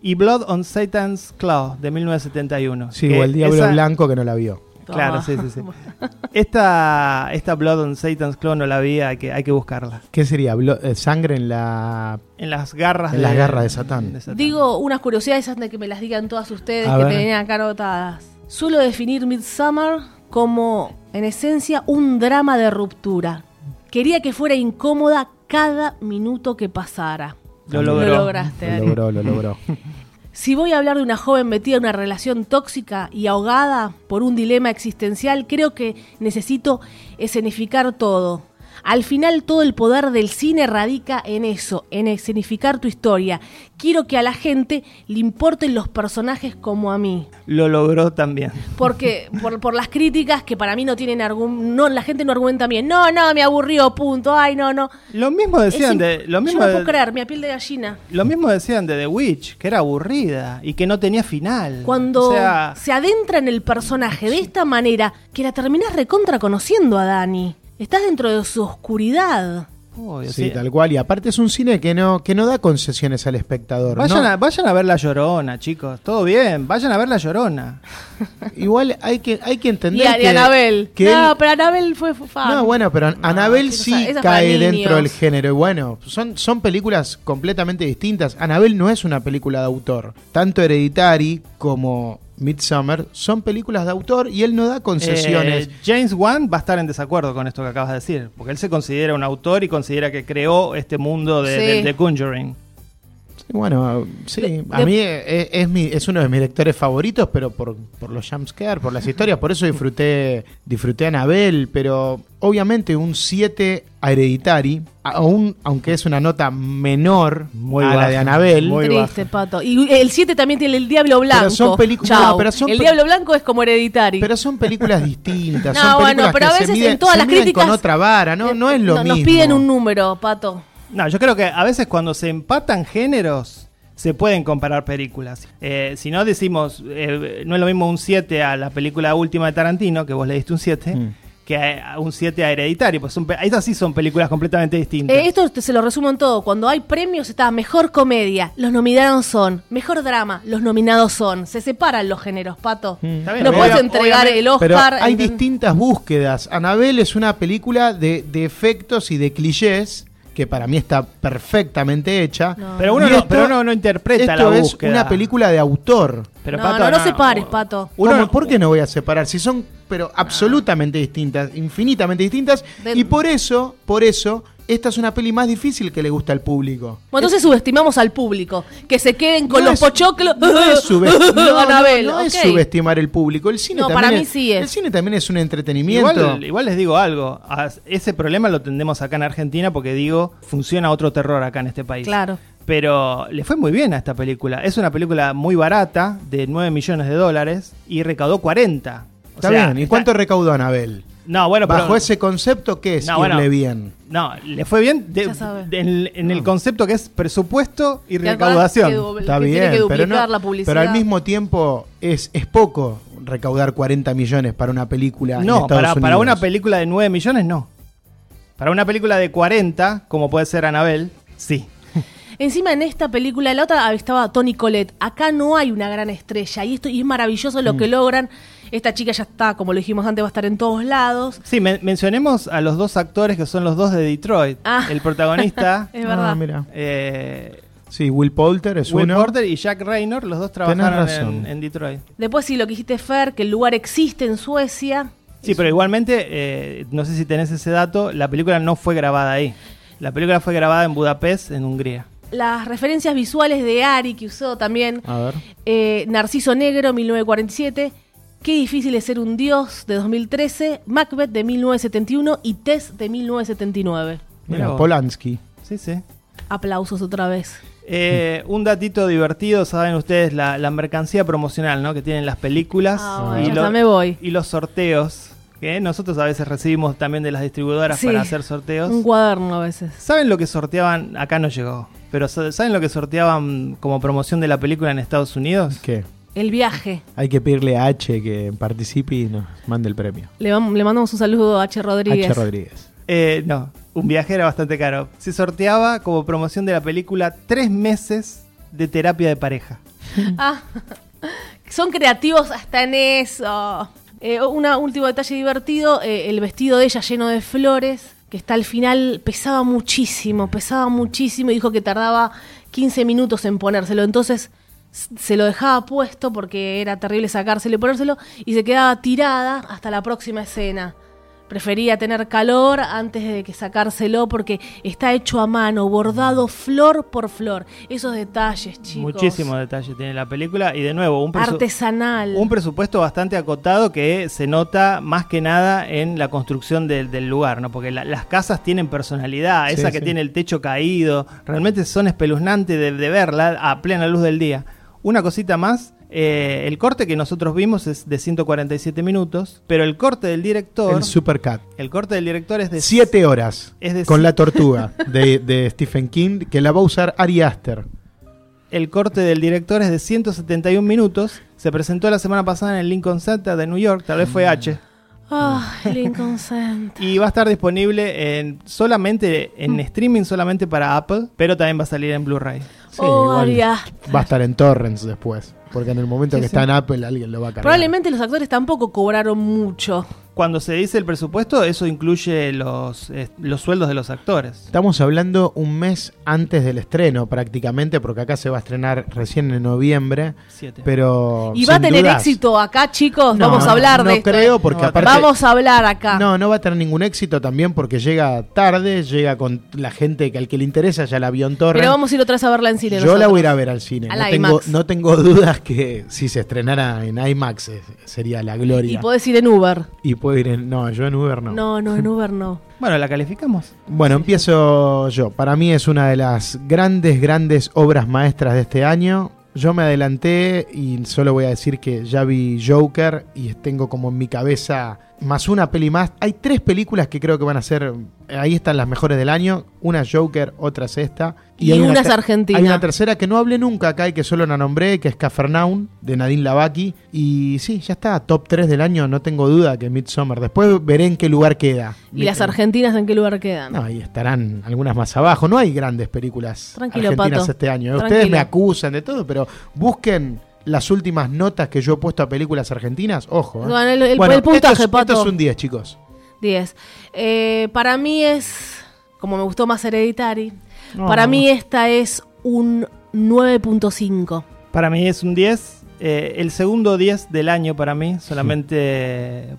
D: y Blood on Satan's Claw de 1971.
B: Sí,
D: que
B: o el Diablo
D: esa-
B: Blanco que no la vio.
D: Claro,
C: Toma.
D: sí,
C: *laughs*
D: sí, sí. Esta, esta Blood on Satan's Claw no la vi, hay que, hay que buscarla.
B: ¿Qué sería? Blo- eh, ¿Sangre en la
D: En las garras
B: En las garras de Satán.
C: Digo unas curiosidades antes de que me las digan todas ustedes
B: A
C: que
B: ver.
C: tenían acá anotadas. Suelo definir Midsummer como, en esencia, un drama de ruptura. Quería que fuera incómoda cada minuto que pasara.
D: Lo logró.
C: Lo lograste,
B: Lo
C: Ari.
B: logró, lo logró.
C: *laughs* Si voy a hablar de una joven metida en una relación tóxica y ahogada por un dilema existencial, creo que necesito escenificar todo. Al final todo el poder del cine radica en eso, en escenificar tu historia. Quiero que a la gente le importen los personajes como a mí.
D: Lo logró también.
C: Porque por, por las críticas que para mí no tienen argumento, no, la gente no argumenta bien. No, no, me aburrió, punto. Ay, no, no.
D: Lo mismo
C: Es
D: decían
C: imp-
D: de. Lo mismo
C: Yo no
D: de-
C: puedo creer, mi piel de gallina.
D: Lo mismo decían de The Witch, que era aburrida y que no tenía final.
C: Cuando
D: O sea,
C: se adentra en el personaje de esta manera, que la terminás recontra conociendo a Dani. Estás dentro de su oscuridad.
D: obvio,
B: Sí,
D: sí.
B: tal cual. Y aparte es un cine que no, que no da concesiones al espectador.
D: Vayan,
B: ¿no?
D: a, vayan a ver La Llorona, chicos. Todo bien. Vayan a ver La Llorona.
B: Igual hay que, hay que entender
C: Y a, y
B: que,
C: Anabel.
B: que
C: no,
B: él-
C: pero Anabel fue fue fan.
B: No, bueno, pero Anabel
C: esa-
B: sí
C: esa es para
B: cae dentro
C: niños.
B: del género. Y bueno, son, son películas completamente distintas. Anabel no es una película de autor. Tanto Hereditary como Midsummer son películas de autor y él no da concesiones.
D: Eh, James Wan va a estar en desacuerdo con esto que acabas de decir, porque él se considera un autor y considera que creó este mundo de,
C: Sí.
D: del- de Conjuring.
B: Sí, Bueno, sí,
C: De-
B: a
C: de-
B: mí es, es mi- es uno de mis directores favoritos, pero por, por los jumpscare, por las historias, por eso disfruté, disfruté a Anabel, pero obviamente un 7 a Hereditary, aún, aunque es una nota menor
D: Muy
B: a la
D: baja,
B: de Anabel,
D: muy
C: Triste, pato. Y el 7 también tiene el Diablo Blanco.
B: Pero son pelicu-
C: Chau.
B: no, pero son
C: el
B: pe-
C: Diablo Blanco es como hereditario.
B: pero son películas distintas,
C: No,
B: son
C: bueno,
B: películas
C: pero a
B: que se
C: veces
B: miden,
C: en todas
B: se
C: las
B: miden
C: críticas-
B: con otra vara, no, no es lo
C: No-
B: mismo.
C: Nos piden un número, pato.
D: No, yo creo que a veces cuando se empatan géneros se pueden comparar películas. Eh, si no decimos, eh, no es lo mismo un 7 a la película última de Tarantino, que vos le diste un 7,
B: Mm.
D: que a, a un 7 a Hereditario. Pues son, pe- esas sí son películas completamente distintas.
C: Eh, esto te- se lo resumo en todo. Cuando hay premios está mejor comedia, los nominados son. Mejor drama, los nominados son. Se separan los géneros, pato.
D: Está bien,
C: No
D: obvia-
C: puedes entregar
D: obviamente-
C: el
B: Pero
C: Oscar.
B: hay
C: enten-
B: distintas búsquedas. Anabel es una película de, de efectos y de clichés que para mí está perfectamente hecha.
C: No.
D: Pero uno,
B: Y
D: no,
B: esto-
D: pero uno no interpreta
B: Esto
D: la
B: es
D: búsqueda.
B: una película de autor.
D: Pero,
C: No,
D: Pato,
C: no, no separes, Pato.
D: Uno
B: ¿Cómo?
D: no-
B: ¿Por qué no voy a separar? Si son, pero absolutamente distintas, infinitamente distintas.
C: Ah. Del-
B: Y por eso, por eso, esta es una peli más difícil que le gusta al
C: *laughs*
B: público.
C: Bueno, entonces subestimamos al público. Que se queden con
B: No
C: los
B: es-
C: pochoclos.
B: No,
C: *laughs*
B: es, subest- no, no,
C: Anabel,
B: no es
C: ok.
B: subestimar el público. El cine
C: No,
B: también
C: para mí sí es.
B: El cine también es un entretenimiento.
D: Igual, igual les digo algo, a- ese problema lo tendemos acá en Argentina porque digo, funciona otro terror acá en este país.
C: Claro.
D: Pero le fue muy bien a esta película. Es una película muy barata, de 9 millones de dólares, y recaudó 40. O
B: Está
D: sea,
B: bien. ¿Y
D: está-
B: cuánto recaudó Anabel?
D: No, bueno, pero-
B: Bajo ese concepto, ¿qué es
D: No,
B: irle
D: bueno.
B: bien?
D: No, le fue bien de-
C: Ya sabe.
D: de- en, en el concepto que es presupuesto y
C: ¿Te acordás que
D: recaudación.
C: du-
B: Está
C: que
B: bien,
C: tiene que
B: pero,
C: duplicar
B: no-
C: la publicidad.
B: pero al mismo tiempo es, es poco recaudar 40 millones para una película. en
D: No,
B: Estados
D: para, para
B: Unidos.
D: una película de 9 millones no. Para una película de 40, como puede ser Anabel, sí.
C: Encima en esta película, la otra estaba Tony Colette. Acá no hay una gran estrella. Y esto y es maravilloso
B: Mm.
C: lo que logran. Esta chica ya está, como lo dijimos antes, va a estar en todos lados.
D: Sí, men- mencionemos a los dos actores que son los dos de Detroit.
C: Ah.
D: El
C: *laughs*
D: protagonista,
C: Es
B: Ah,
C: verdad.
B: mira.
D: eh,
B: Sí, Will Poulter es
D: Will
B: uno.
D: Porter y Jack Raynor, los dos
B: Tenés
D: trabajaron
B: razón.
D: en, en Detroit.
C: Después, si lo que dijiste, Fer, que el lugar existe en Suecia.
D: Sí, pero igualmente, eh, no sé si tenés ese dato, la película no fue grabada ahí. La película fue grabada en Budapest, en Hungría.
C: Las referencias visuales de Ari que usó también.
B: A ver.
C: Eh, Narciso Negro, 1947. Qué difícil es ser un dios, de 2013. Macbeth, de 1971. Y Tess, de 1979.
D: Mirá
B: Mira,
D: vos.
B: Polanski.
D: Sí, sí.
C: Aplausos otra vez.
D: Eh, un datito divertido, saben ustedes, la, la mercancía promocional ¿no? que tienen las películas
C: Ah, bueno, ya me voy.
D: y los sorteos, que nosotros a veces recibimos también de las distribuidoras
C: Sí.
D: para hacer sorteos.
C: Un cuaderno a veces.
D: ¿Saben lo que sorteaban? Acá no llegó. Pero sa- ¿saben lo que sorteaban como promoción de la película en Estados Unidos?
B: ¿Qué?
C: El viaje.
B: Hay que pedirle a H que participe y nos mande el premio.
C: Le, vam- le mandamos un saludo a H. Rodríguez.
B: H. Rodríguez.
D: Eh, no, un viaje era bastante caro. Se sorteaba como promoción de la película tres meses de terapia de pareja.
C: *laughs* Ah, son creativos hasta en eso. Eh, una- un último detalle divertido, eh, el vestido de ella lleno de flores, que está al final, pesaba muchísimo, pesaba muchísimo y dijo que tardaba 15 minutos en ponérselo. Entonces s- se lo dejaba puesto porque era terrible sacárselo y ponérselo y se quedaba tirada hasta la próxima escena. Prefería tener calor antes de que sacárselo porque está hecho a mano, bordado flor por flor. Esos detalles, chicos.
D: Muchísimo detalle tiene la película y de nuevo un, presu-
C: Artesanal.
D: un presupuesto bastante acotado que se nota más que nada en la construcción del- del lugar, ¿no? Porque la- las casas tienen personalidad,
B: Sí,
D: esa que
B: sí.
D: tiene el techo caído, realmente son espeluznantes de, de verla a plena luz del día. Una cosita más, eh, el corte que nosotros vimos es de 147 minutos, pero el corte del director,
B: El
D: el,
B: Supercat.
D: corte del director es de
B: Siete horas
D: es de
B: con
D: si-
B: la tortuga de, de Stephen King, que la va a usar Ari Aster.
D: El corte del director es de 171 minutos. Se presentó la semana pasada en el Lincoln Center de New York, tal vez fue H.
C: Ah, Lincoln Center.
B: *laughs*
D: *laughs* Y va a estar disponible en, solamente
C: Mm.
D: en streaming, solamente para Apple, pero también va a salir en Blu-ray.
C: Oh,
B: igual
C: Ari Aster.
B: Va a estar en torrents después, porque en el momento que está en Apple alguien lo va a cargar.
C: Probablemente los actores tampoco cobraron mucho.
D: Cuando se dice el presupuesto, eso incluye los, eh, los sueldos de los actores.
B: Estamos hablando un mes antes del estreno prácticamente, porque acá se va a estrenar recién en noviembre,
D: Siete.
B: pero...
C: Y va a
B: sin
C: tener
B: dudas-
C: éxito acá, chicos.
B: No,
C: Vamos a hablar
B: no
C: de esto. eh.
B: creo, porque
D: No,
B: aparte...
C: Vamos a hablar acá.
B: No, no va a tener ningún éxito también porque llega tarde, llega con la gente que al que le interesa ya la vio en torrent.
C: Pero vamos a ir otra vez a verla en cine.
B: Yo
C: nosotros.
B: la voy a ir a ver al cine.
C: Al
B: no, tengo,
C: IMAX.
B: no tengo *laughs* dudas que si se estrenara en IMAX eh, sería la gloria.
C: Y podés ir en Uber.
B: Y puedo ir en... No, yo en Uber no.
C: No, no, en Uber
B: *laughs*
C: no.
D: Bueno, la calificamos.
B: Bueno, empiezo yo. Para mí es una de las grandes, grandes obras maestras de este año. Yo me adelanté y solo voy a decir que ya vi Joker y tengo como en mi cabeza más una peli más. Hay tres películas que creo que van a ser, ahí están las mejores del año. Una es Joker, otra es esta.
C: Y
B: hay
C: una es
B: ter-
C: argentina.
B: Hay una tercera que no hablé nunca acá y que solo la nombré, que es Cafernaun, de Nadine Lavaki. Y sí, ya está, top 3 del año, no tengo duda que Midsommar. Después veré en qué lugar queda.
C: ¿Y las
B: Midsommar.
C: argentinas en qué lugar quedan?
B: No, y estarán algunas más abajo. No hay grandes películas
C: Tranquilo,
B: argentinas
C: Pato.
B: este año. ¿eh?
C: Tranquilo.
B: Ustedes me acusan de todo, pero busquen las últimas notas que yo he puesto a películas argentinas. Ojo. ¿eh?
C: Bueno, el- el- el puntaje,
B: esto es,
C: Pato.
B: esto es un 10, chicos.
C: 10. Eh, para mí es, como me gustó más Hereditary,
B: No.
C: para mí esta es un 9.5.
D: Para mí es un 10. eh, el segundo 10 del año para mí, solamente...
C: *laughs*
D: eh,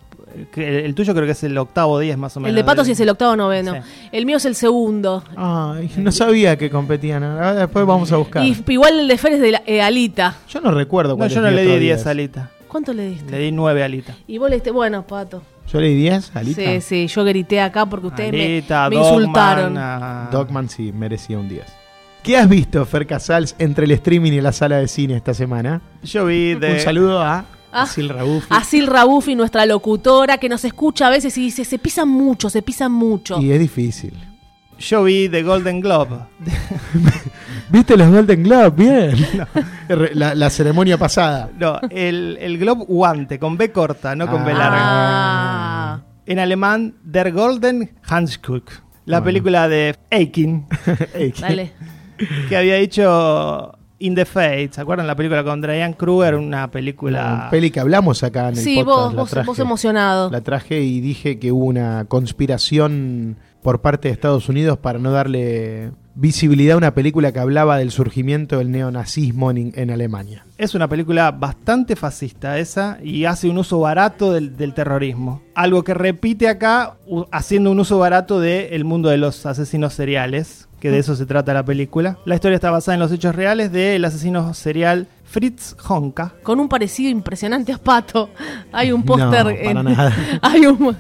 D: que El, el tuyo creo que es el octavo 10 más o menos.
C: El de Pato
D: del-
C: sí es el octavo noveno.
D: Sí.
C: El mío es el segundo.
B: Ay, no sabía que competían. Ahora Después vamos a buscar.
C: Y igual el de Fer es de la- eh, Alita.
B: Yo no recuerdo
D: No,
B: cuál
D: yo
B: es
D: no
B: mi
D: le
B: otro
D: di 10 a Alita.
C: ¿Cuánto le diste?
D: Le di 9 a Alita.
C: Y vos le diste, bueno, Pato.
B: Yo le di 10 a Alita.
C: Sí, sí, yo grité acá porque ustedes me-
D: Alita,
C: me,
D: Dogman, ah.
C: insultaron.
D: a-
B: Dogman sí merecía un 10. ¿Qué has visto, Fer Casals, entre el streaming y la sala de cine esta semana?
D: Yo vi de...
B: Un saludo a
C: Ah.
B: Asil Rabufi.
C: Asil Rabufi, nuestra locutora, que nos escucha a veces y dice, se pisan mucho, se pisan mucho.
B: Y es difícil.
D: Yo vi The Golden Globe.
B: ¿Viste los Golden Globe? *laughs* Bien. Re- La, la ceremonia pasada.
D: No, el, el Globe guante, con B corta, no con B
B: Ah.
D: larga.
C: Ah.
D: En alemán, Der Golden Handskuck. La
B: Bueno.
D: película de
B: *laughs*
D: Aiken,
B: Ey, ¿qué?
C: Dale.
D: que había hecho In the Fate. ¿Se acuerdan la película con Diane Kruger? Una película...
B: Una peli que hablamos acá *laughs* en el
C: Sí,
B: podcast.
C: vos,
B: la
C: vos,
B: traje.
C: vos emocionado.
B: La traje y dije que hubo una conspiración por parte de Estados Unidos para no darle visibilidad a una película que hablaba del surgimiento del neonazismo en, en Alemania.
D: Es una película bastante fascista esa y hace un uso barato del, del terrorismo. Algo que repite acá u- haciendo un uso barato del mundo de los asesinos seriales, que de eso se trata la película. La historia está basada en los hechos reales del asesino serial Fritz Honka.
C: Con un parecido impresionante a Pato. *laughs* Hay un póster.
B: No, para
C: en-
B: nada.
C: *laughs* Hay un.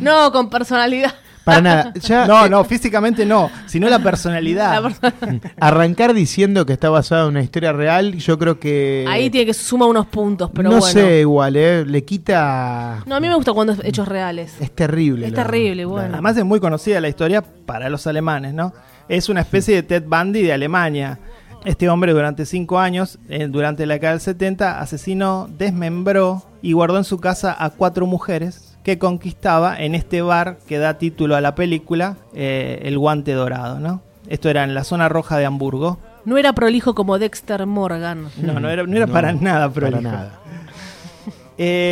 C: No, con personalidad.
B: Para
C: *laughs*
B: nada, ya
D: No, no, físicamente no, sino la personalidad.
C: La persona-
B: arrancar diciendo que está basada en una historia real, yo creo que...
C: Ahí tiene que suma unos puntos, pero
B: Eh, no
C: bueno.
B: sé, igual, ¿eh? le quita...
C: No, a mí me gusta cuando es hechos reales.
B: Es terrible.
C: Es
B: la-
C: terrible, bueno.
D: Además es muy conocida la historia para los alemanes, ¿no? Es una especie de Ted Bundy de Alemania. Este hombre durante cinco años, eh, durante la década del 70, asesinó, desmembró y guardó en su casa a cuatro mujeres que conquistaba en este bar que da título a la película, eh, El Guante Dorado, ¿no? Esto era en la zona roja de Hamburgo.
C: No era prolijo como Dexter Morgan.
D: No, no era, no era para nada, pero
B: Para nada.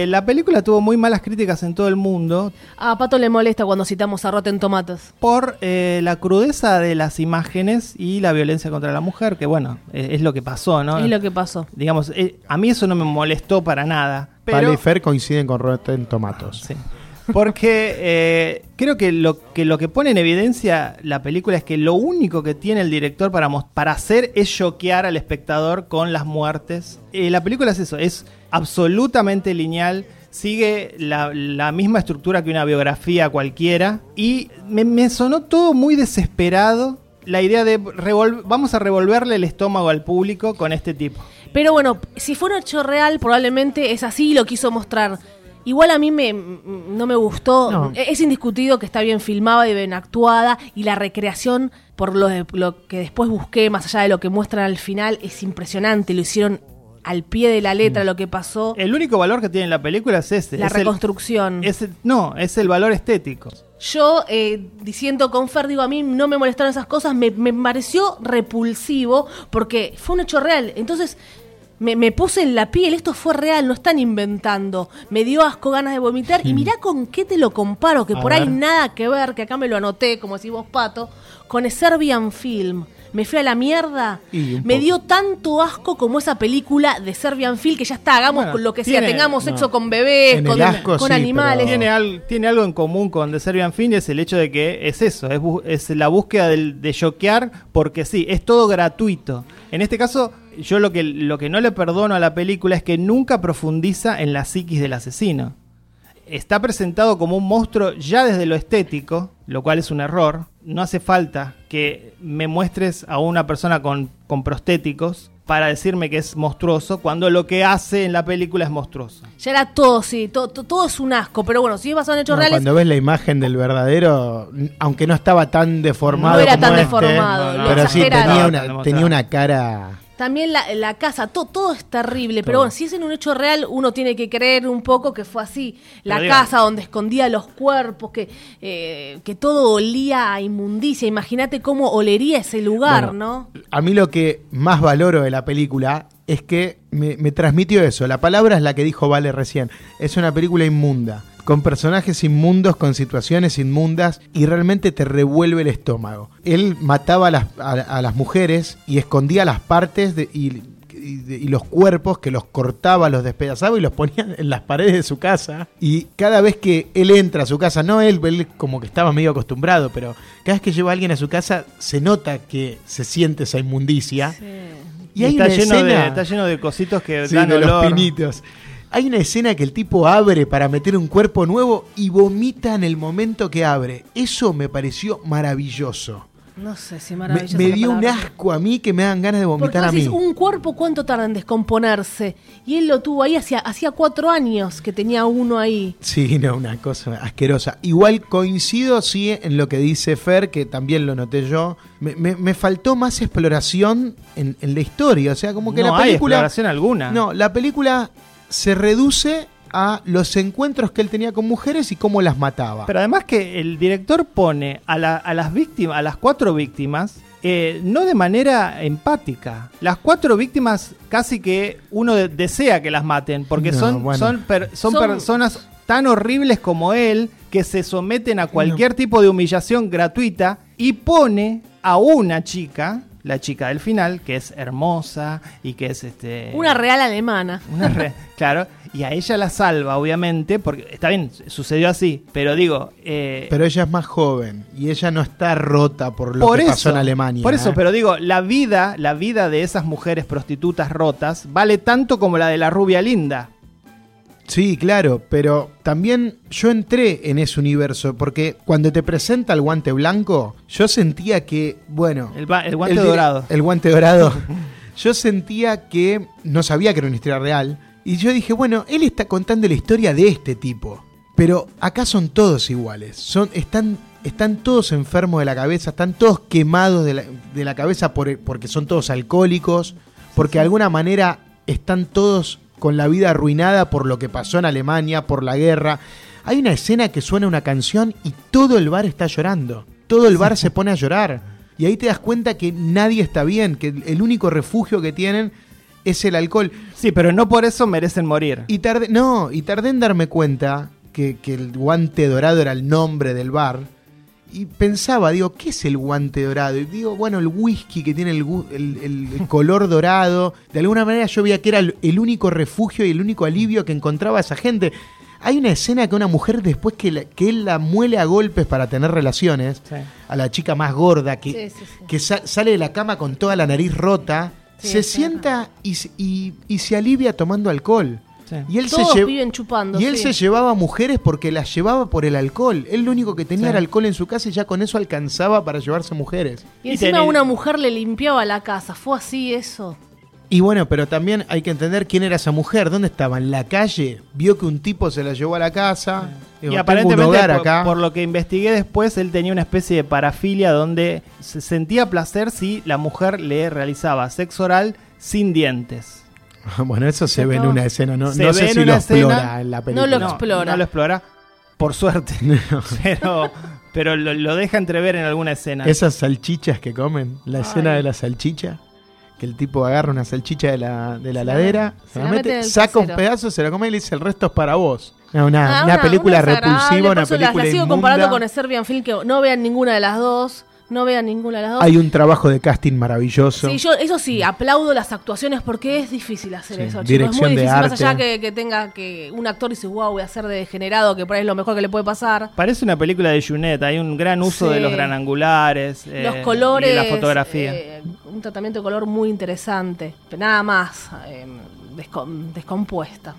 D: la película tuvo muy malas críticas en todo el mundo,
C: A Pato le molesta cuando citamos a Rotten Tomatoes.
D: por eh, la crudeza de las imágenes y la violencia contra la mujer, que bueno, eh, es lo que pasó, ¿no?
C: Es lo que pasó.
D: Digamos, eh, a mí eso no me molestó para nada.
B: Pale
D: Pero,
B: y Fer coinciden con Rotten Tomatoes.
D: Sí. Porque eh, creo que lo, que lo que pone en evidencia la película es que lo único que tiene el director para, mos- para hacer es choquear al espectador con las muertes. Eh, la película es eso, es absolutamente lineal, sigue la, la misma estructura que una biografía cualquiera y me, me sonó todo muy desesperado. La idea de revol- vamos a revolverle el estómago al público con este tipo.
C: Pero bueno, si fue un hecho real, probablemente es así y lo quiso mostrar. Igual a mí me, mm, no me gustó.
B: No.
C: E- Es indiscutido que está bien filmada y bien actuada y la recreación, por lo, de- lo que después busqué, más allá de lo que muestran al final, es impresionante. Lo hicieron al pie de la letra lo que pasó,
D: El único valor que tiene la película Mm. es este.
C: la
D: es el-
C: reconstrucción.
D: es el- no, es el valor estético.
C: Yo, eh, diciendo con Fer, digo, a mí no me molestaron esas cosas, me, me pareció repulsivo porque fue un hecho real. Entonces, me, me puse en la piel, esto fue real, no están inventando. Me dio asco ganas de vomitar y mirá con qué te lo comparo, que
B: Mm. A
C: por ahí
B: ver.
C: nada que ver, que acá me lo anoté, como decís vos, Pato, con Serbian Film. Me fui a la mierda.
B: Y un
C: Me
B: poco.
C: dio tanto asco como esa película de Serbian Film que ya está, hagamos
D: Bueno,
C: con lo que sea,
D: tiene-
C: tengamos sexo
B: no.
C: con bebés,
B: En
C: con,
B: el asco
C: con
B: sí,
C: animales.
B: pero-
D: Tiene, al- tiene algo en común con The Serbian Film y es el hecho de que es eso, es, bu- es la búsqueda del- de choquear porque sí, es todo gratuito. En este caso, yo lo que, lo que no le perdono a la película es que nunca profundiza en la psiquis del asesino. Está presentado como un monstruo ya desde lo estético, lo cual es un error. No hace falta que me muestres a una persona con, con prostéticos para decirme que es monstruoso cuando lo que hace en la película es monstruoso.
C: Ya era todo, sí, to- to- todo es un asco, pero bueno, si es basado en hechos
B: No,
C: reales,
B: cuando ves la imagen del verdadero, n- aunque no estaba tan deformado.
C: No era
B: como
C: tan
B: este,
C: deformado,
D: No, no,
B: pero
D: lo
B: sí,
D: exageraron.
B: tenía
D: No, no,
B: una, tenía
D: no.
B: una cara.
C: también la, la casa, to- todo es terrible, pero
B: Todo.
C: bueno, si es en un hecho real, uno tiene que creer un poco que fue así. La
D: Pero digo-
C: casa donde escondía los cuerpos, que, eh, que todo olía a inmundicia, imagínate cómo olería ese lugar,
B: Bueno,
C: ¿no?
B: A mí lo que más valoro de la película es que me, me transmitió eso. La palabra es la que dijo Vale recién. Es una película inmunda, con personajes inmundos, con situaciones inmundas y realmente te revuelve el estómago. Él mataba a las, a- a las mujeres y escondía las partes de- y, y de- y los cuerpos que los cortaba, los despedazaba y los ponía *laughs* en las paredes de su casa. Y cada vez que él entra a su casa, no él, él como que estaba medio acostumbrado, pero cada vez que lleva a alguien a su casa se nota que se siente esa inmundicia. Y hay
D: está,
B: una
D: lleno de,
B: escena
D: está lleno de cositos que
B: Sí,
D: dan
B: de los
D: olor.
B: pinitos. Hay una escena que el tipo abre para meter un cuerpo nuevo y vomita en el momento que abre. Eso me pareció maravilloso.
C: No sé si
B: Me-
C: maravillosa
B: Me,
C: la
B: dio un
C: palabra.
B: asco a mí que me dan ganas de
C: Porque
B: vomitar
C: vos
B: a mí.
C: decís, un cuerpo cuánto tarda en descomponerse. Y él lo tuvo ahí hacía, hacía cuatro años que tenía uno ahí.
B: Sí, no, una cosa asquerosa. Igual coincido, sí, en lo que dice Fer, que también lo noté yo. Me, me- me faltó más exploración en, en la historia. O sea, como que
D: no
B: la
D: hay
B: película.
D: exploración alguna.
B: No, la película se reduce a los encuentros que él tenía con mujeres y cómo las mataba.
D: Pero además que el director pone a, la- a las víctimas, a las cuatro víctimas, eh, no de manera empática. Las cuatro víctimas casi que uno de- desea que las maten, porque
B: No,
D: son,
B: bueno.
D: son, per- son
C: Son-
D: personas tan horribles como él que se someten a cualquier tipo de humillación gratuita y pone a una chica, la chica del final, que es hermosa y que es este
B: Eh.
C: Una real alemana.
D: Una re- claro, y a ella la salva, obviamente, porque está bien, sucedió así, pero digo, eh,
B: Pero ella es más joven y ella no está rota por lo
D: por
B: que
D: eso,
B: pasó en Alemania.
D: Por eso,
B: ¿eh?
D: pero digo, la vida, la vida de esas mujeres prostitutas rotas vale tanto como la de la rubia linda.
B: Sí, claro, pero también yo entré en ese universo porque cuando te presenta el guante blanco, yo sentía que, bueno,
D: El, ba- el guante
B: el dire-
D: dorado.
B: El guante dorado. Yo sentía que no sabía que era una historia real. Y yo dije, bueno, él está contando la historia de este tipo. Pero acá son todos iguales. Son, están, están todos enfermos de la cabeza, están todos quemados de la, de la cabeza por- porque son todos alcohólicos, porque de alguna manera están todos con la vida arruinada por lo que pasó en Alemania, por la guerra. Hay una escena que suena una canción y todo el bar está llorando. Todo el bar se pone a llorar. Y ahí te das cuenta que nadie está bien, que el único refugio que tienen es el alcohol.
D: Sí, pero no por eso merecen morir.
B: Y tardé, no, y tardé en darme cuenta que, que el guante dorado era el nombre del bar. Y pensaba, digo, ¿qué es el guante dorado? Y digo, bueno, el whisky que tiene el, gu- el- el- el color dorado. De alguna manera yo veía que era el, el único refugio y el único alivio que encontraba esa gente. Hay una escena que una mujer, después que, la- que él la muele a golpes para tener relaciones,
D: Sí.
B: a la chica más gorda, que,
C: Sí, sí, sí.
B: que sa- sale de la cama con toda la nariz rota,
C: Sí,
B: se
C: es
B: sienta y, se- y- y se alivia tomando alcohol.
D: Sí.
B: Y él,
C: Todos
B: se, lle-
C: viven chupando.
B: y él
C: sí.
B: se llevaba mujeres porque las llevaba por el alcohol. Él lo único que tenía
D: Sí.
B: era alcohol en su casa y ya con eso alcanzaba para llevarse mujeres.
C: Y
D: Y
C: encima
D: tenés-
C: una mujer le limpiaba la casa. Fue así eso.
B: Y bueno, pero también hay que entender quién era esa mujer, dónde estaba, en la calle, vio que un tipo se la llevó a la casa,
D: Y
B: dijo,
D: aparentemente,
B: tengo un hogar
D: por,
B: acá.
D: por lo que investigué después, él tenía una especie de parafilia donde se sentía placer si la mujer le realizaba sexo oral sin dientes.
B: *laughs* Bueno, eso se ve en una escena, no,
D: Se
B: no
D: ve
B: sé
D: en
B: si
D: una
B: lo
D: escena,
B: explora en la película.
C: lo explora.
D: No lo explora,
B: *laughs*
D: por suerte. *laughs* pero pero lo, lo deja entrever en alguna escena.
B: Esas salchichas que comen, la escena de la salchicha, que el tipo agarra una salchicha de la, de la
C: Se la-
B: ladera,
C: se
B: se
C: la
B: la
C: mete en
B: mete,
C: el
B: saca un
C: trasero.
B: pedazo, se la come y le dice el resto es para vos. No, una,
C: Ah,
B: una película
C: desagradable,
B: repulsiva,
C: por
B: una
C: eso la-
B: película
C: La sigo
B: inmunda.
C: comparando con Serbian Film, que no vean ninguna de las dos. No vean ninguna de las dos.
B: Hay un trabajo de casting maravilloso. *laughs*
C: Sí, yo, eso sí, aplaudo las actuaciones porque es difícil hacer
B: Sí,
C: eso, chicos.
B: dirección
C: es muy
B: de
C: difícil, más
B: arte.
C: allá que, que tenga que un actor dice, wow, voy a ser de degenerado, que por ahí es lo mejor que le puede pasar.
D: Parece una película de Junet, hay un gran uso
C: Sí.
D: de los gran angulares, eh,
C: Los colores.
D: y la fotografía.
C: eh, un tratamiento de color muy interesante. Pero Nada más. eh, descom- descompuesta.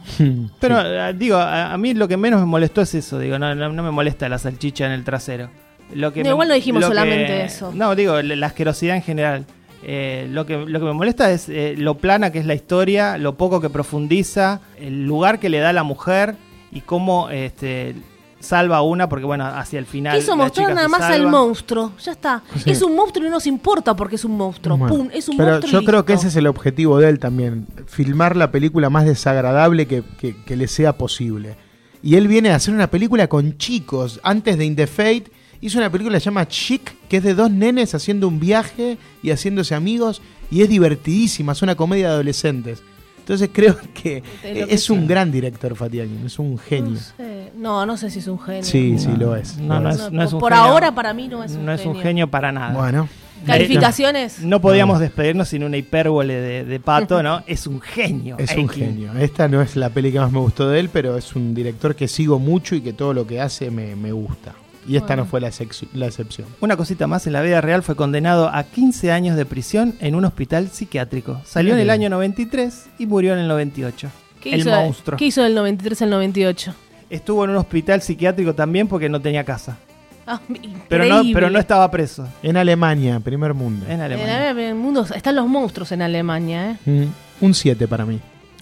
D: Pero eh, digo, a, a mí lo que menos me molestó es eso, digo, no, no, no me molesta la salchicha en el trasero. Lo que
C: No,
D: me-
C: igual no dijimos
D: lo que-
C: solamente eso.
D: No, digo, la, la asquerosidad en general. Eh, lo, que, lo que me molesta es eh, lo plana que es la historia, lo poco que profundiza, el lugar que le da la mujer y cómo este, salva a una, porque bueno, hacia el final.
C: Quiso
D: la
C: mostrar
D: chica
C: nada
D: se
C: más al
D: salva.
C: monstruo. Ya está.
B: Sí.
C: Es un monstruo y no nos importa porque es un monstruo.
B: Bueno,
C: Pum, es un
B: pero
C: monstruo. y
B: yo creo que
C: listo.
B: ese es el objetivo de él también, filmar la película más desagradable que, que- que le sea posible. Y él viene a hacer una película con chicos. Antes de In the Fate hizo una película que se llama Chic, que es de dos nenes haciendo un viaje y haciéndose amigos, y es divertidísima, es una comedia de adolescentes. Entonces *laughs* creo que
C: Es lo
B: es,
C: que
B: un gran director Fatiakin, es un genio.
C: No sé. No, no sé si es un genio.
B: Sí, sí, lo es.
D: No,
B: lo
D: no
B: es.
D: es, no es un
C: por
D: genio.
C: ahora para mí no es un
D: No es un genio para nada.
B: Bueno.
C: ¿Calificaciones?
D: No podíamos despedirnos sin una hipérbole de, de pato,
C: *laughs*
D: ¿no? Es un genio.
B: Es un
D: Aikin.
B: genio. Esta no es la peli que más me gustó de él, pero es un director que sigo mucho y que todo lo que hace me, me gusta. Y esta no fue la, exec- la excepción.
D: Una cosita más, en la vida real fue condenado a 15 años de prisión en un hospital psiquiátrico. Salió en el año 93 y murió en el 98.
C: ¿Qué
D: el
C: hizo,
D: monstruo.
C: ¿Qué hizo del 93 al 98?
D: Estuvo en un hospital psiquiátrico también porque no tenía casa.
C: Ah,
D: Pero no,
C: increíble.
D: pero no estaba preso
B: En Alemania, primer mundo.
D: en
C: En
D: Alemania.
C: Alemania, en el mundo están los monstruos en Alemania, ¿eh?
B: Mm, Un 7 para mí.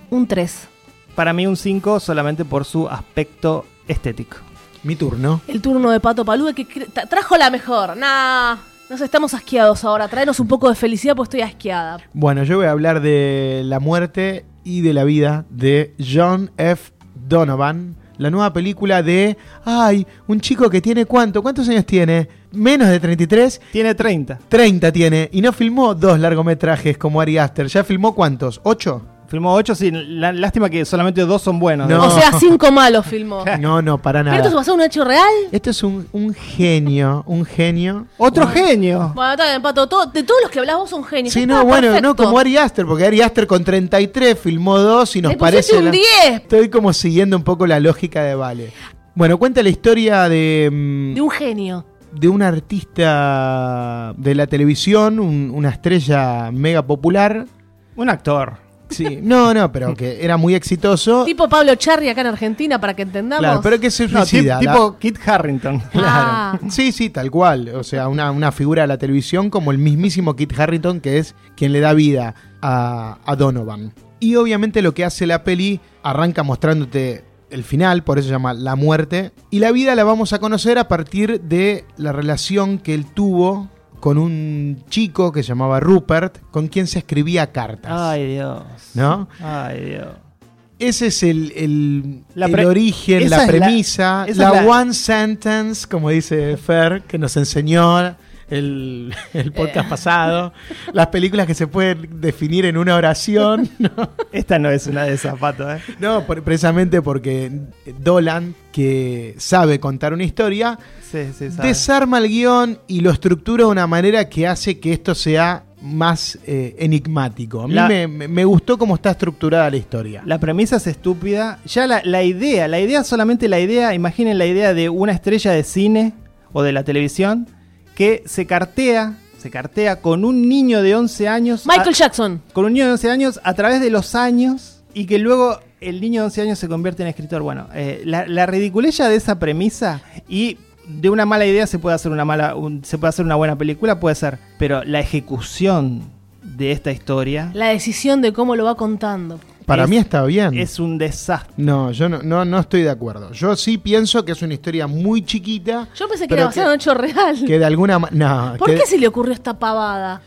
C: Un 3.
D: Para mí un 5 solamente por su aspecto estético.
B: Mi turno.
C: El turno de Pato Palude que cre- tra- trajo la mejor. Nah, nos estamos asqueados ahora. Traenos un poco de felicidad porque estoy asqueada.
B: Bueno, yo voy a hablar de la muerte y de la vida de John F. Donovan. La nueva película de. ¡Ay! Un chico que tiene cuánto? ¿Cuántos años tiene? Menos de 33
D: Tiene 30.
B: 30 tiene. Y no filmó dos largometrajes como Ari Aster. ¿Ya filmó cuántos? ¿Ocho?
D: Filmó 8, sí. la- lástima que solamente dos son buenos.
B: No.
C: O sea, cinco
B: *laughs*
C: malos filmó. Pero
B: No, no, para nada.
C: esto se basó en un hecho real.
B: Esto es un, un genio, un genio.
D: Otro genio.
C: Bueno, está bien, Pato. todo- de todos los que hablás vos son genios.
B: Sí,
C: Está
B: no, bueno,
C: perfecto.
B: no como Ari Aster, porque Ari Aster con 33 filmó dos y nos
C: Le pusiste
B: parece...
C: un
B: la-
C: 10
B: Estoy como siguiendo un poco la lógica de Vale. Bueno, cuenta la historia de, mm,
C: de un genio.
B: de un artista de la televisión, un- una estrella mega popular.
D: Un
C: *laughs*
D: actor.
B: Sí, no, no, pero que era muy exitoso.
C: Tipo Pablo Charri acá en Argentina, para que entendamos.
B: Claro, pero que se
D: No, ti-
B: suicida. la-
D: tipo Kit Harrington.
C: Ah.
B: Sí, sí, tal cual. O sea, una, una figura de la televisión como el mismísimo Kit Harrington, que es quien le da vida a, a Donovan. Y obviamente lo que hace la peli arranca mostrándote el final, por eso se llama La muerte. Y la vida la vamos a conocer a partir de la relación que él tuvo con un chico que se llamaba Rupert, con quien se escribía cartas.
D: *laughs* Ay, Dios.
B: ¿No?
D: Ay, Dios.
B: Ese es el, el-
D: La
B: el
D: pre-
B: origen,
D: esa
B: la
D: es la-
B: premisa,
D: esa
B: la,
D: es la-
B: one sentence, como dice Fer, que nos enseñó el, *laughs* el
D: Eh.
B: podcast pasado. Las películas que se pueden definir en una oración. *laughs* No,
D: Esta no es una de zapatos, ¿eh?
B: No, por- precisamente porque Dolan, que sabe contar una historia,
D: Sí, sí, sabe.
B: desarma el guión y lo estructura de una manera que hace que esto sea más eh, enigmático. A mí
D: La-
B: me, me- me gustó cómo está estructurada la historia.
D: La premisa es estúpida. Ya la, la idea, la idea, solamente la idea, imaginen la idea de una estrella de cine o de la televisión que se cartea, se cartea con un niño de 11 años. a-
C: Michael Jackson.
D: Con un niño de 11 años a través de los años y que luego el niño de 11 años se convierte en escritor. Bueno, eh, la, la ridiculeza de esa premisa y de una mala idea se puede hacer una mala, un- se puede hacer una buena película, puede ser, pero la ejecución de esta historia
C: La decisión de cómo lo va contando.
B: Para
D: es-
B: mí está bien.
D: es un desastre.
B: No, yo no, no, no estoy de acuerdo. Yo sí pienso que es una historia muy chiquita.
C: Yo pensé que
B: pero
C: era basado en hecho real.
B: que de alguna manera. No,
C: ¿Por
B: que-
C: qué se le ocurrió esta pavada?